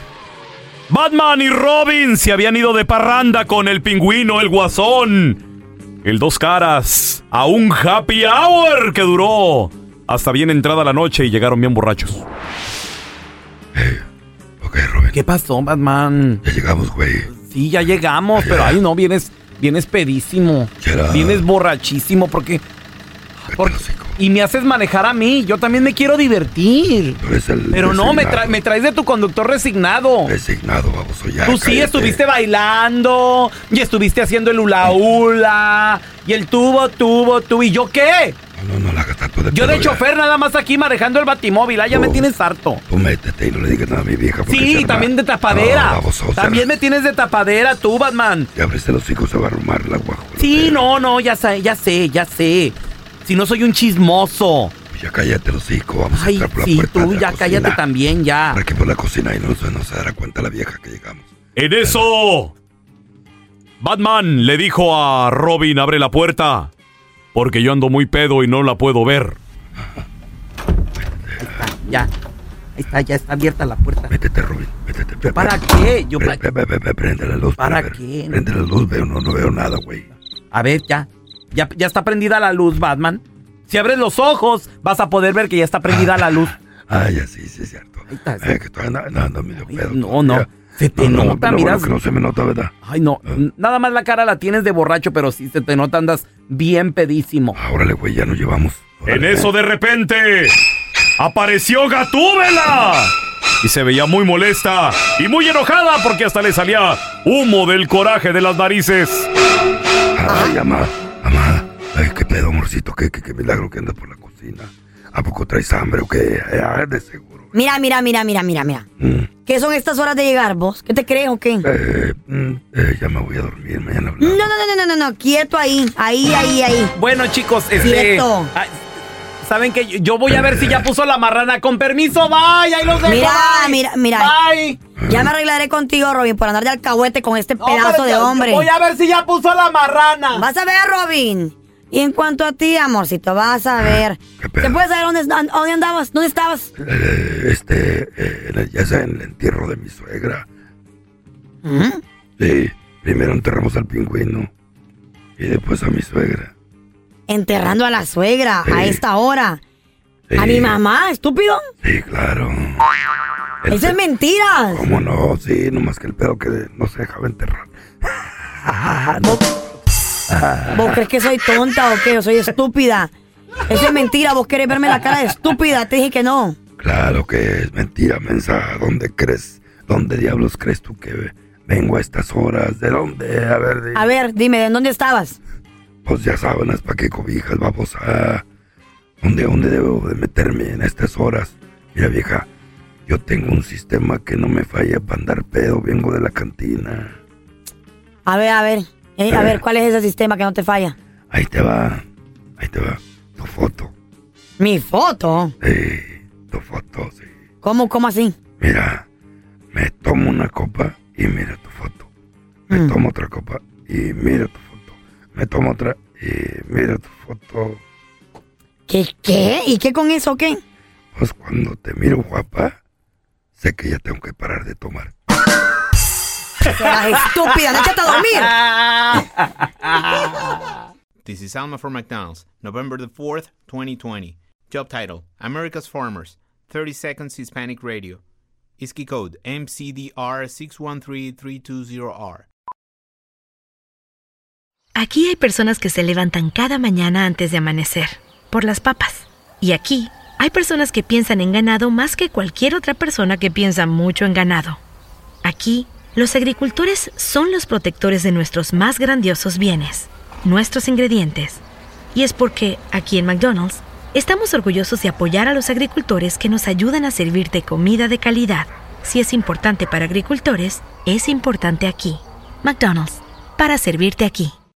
Batman y Robin se habían ido de parranda con el pingüino, el guasón, el dos caras, a un happy hour que duró hasta bien entrada la noche y llegaron bien borrachos. ¿Qué pasó, Batman?
Ya llegamos, güey.
Sí, ya llegamos, pero ahí no vienes vienes pedísimo, vienes borrachísimo, porque... porque y me haces manejar a mí, yo también me quiero divertir. Pero no, me, tra- me traes de tu conductor resignado.
Resignado, vamos ya.
Tú sí
cállate.
estuviste bailando y estuviste haciendo el hula hula y el tubo, tubo, tubo. ¿Y yo qué? Yo de chofer nada más aquí manejando el batimóvil. Ah, ya me tienes harto.
Tú métete y no le digas nada a mi vieja. porque se
Sí,
arma.
también de tapadera.
No, vamos a usar-
también me tienes de tapadera tú, Batman.
Ya abriste los hijos, se va a arrumar la guajo.
Sí, no, no, ya sé, ya sé, ya sé. Si no soy un chismoso.
Ya cállate los hijos, vamos a
Ay,
entrar por la
sí,
puerta
tú
de la
ya
cocina.
cállate también, ya.
Aquí por la cocina y no, se- no se dará cuenta la vieja que llegamos.
En eso, Batman le dijo a Robin, abre la puerta, porque yo ando muy pedo y no la puedo ver.
Ya. Ahí está, ya está abierta la puerta.
Métete, Rubén, métete.
¿Para qué? Yo para-
Ve, ve, ve, ve, prende la luz.
¿Para
ver.
qué?
Prende la luz, veo, no, no veo nada, güey.
A ver, ya. ya. Ya está prendida la luz, Batman. Si abres los ojos, vas a poder ver que ya está prendida la luz.
Ah, ya sí, sí, es cierto. Eh, que todavía anda, anda medio pedo.
No, no. Se te
no, no,
nota,
lo bueno
miras.
que no se me nota, ¿verdad?
Ay, no.
Ah.
n- Nada más la cara la tienes de borracho, pero sí se te nota, andas bien pedísimo.
Ah, Órale, güey, ya nos llevamos.
En eso de repente apareció Gatúbela y se veía muy molesta y muy enojada porque hasta le salía humo del coraje de las narices.
Ay, amá, amá. Ay, qué pedo, amorcito, qué, qué, qué milagro que andas por la cocina. ¿A poco traes hambre o qué? Ay, ay, de seguro. Mm.
Mira, mira, mira, mira, mira, mira. ¿Qué son estas horas de llegar, vos? ¿Qué te crees o qué?
Eh, mm, eh, ya me voy a dormir, mañana hablamos.
No, no, no, no, no, no, no, quieto ahí, ahí, ahí, ahí.
Bueno, chicos, este.
Cierto.
ah, ¿Saben que Yo voy a ver si ya puso la marrana. Con permiso, bye. Ahí los dejo.
Mira,
bye.
mira, mira. Ya me arreglaré contigo, Robin, por andar de alcahuete con este pedazo
pero
de
yo- yo
hombre.
voy a ver si ya puso la marrana.
Vas a ver, Robin. Y en cuanto a ti, amorcito, vas a ver. ¿Te puedes saber dónde, an- dónde andabas? ¿Dónde estabas?
Eh, este, eh, en el- ya sea en el entierro de mi suegra.
¿Mm?
Sí, primero enterramos al pingüino y después a mi suegra.
Enterrando a la suegra a esta hora. A mi mamá, estúpido.
Sí, claro. El
Eso es mentira.
¿Cómo no? Sí, nomás que el pedo que no se dejaba enterrar. No. Ah,
¿Vos crees que soy tonta o qué? ¿O soy estúpida? Eso es mentira. ¿Vos querés verme la cara de estúpida? Te dije que no.
Claro que es mentira, mensa. ¿Dónde crees? ¿Dónde diablos crees tú que vengo a estas horas? ¿De dónde? A ver, di-
A ver, dime, ¿en dónde estabas?
pues ya sábanas, ¿para qué cobijas? Vamos a... ¿Dónde, ¿Dónde debo de meterme en estas horas? Mira, vieja, yo tengo un sistema que no me falla para andar pedo. Vengo de la cantina.
A ver, a ver. eh, a ver, ¿cuál es ese sistema que no te falla?
Ahí te va, ahí te va. Tu foto.
Mi foto.
Eh, tu foto, sí.
¿Cómo, cómo así?
Mira, me tomo una copa y mira tu foto. Me tomo otra copa y mira tu foto. Me tomo otra y mira tu foto.
¿Qué, qué? ¿Y qué con eso, qué?
Pues cuando te miro guapa, sé que ya tengo que parar de tomar.
Serás estúpida, no échate a dormir.
This is Alma from McDonald's, November the 4th, 2020. Job title America's Farmers, 30 Seconds Hispanic Radio. ISKI code MCDR613320R.
Aquí hay personas que se levantan cada mañana antes de amanecer, por las papas. Y aquí hay personas que piensan en ganado más que cualquier otra persona que piensa mucho en ganado. Aquí, los agricultores son los protectores de nuestros más grandiosos bienes, nuestros ingredientes. Y es porque, aquí en McDonald's, estamos orgullosos de apoyar a los agricultores que nos ayudan a servirte comida de calidad. Si es importante para agricultores, es importante aquí. McDonald's, para servirte aquí.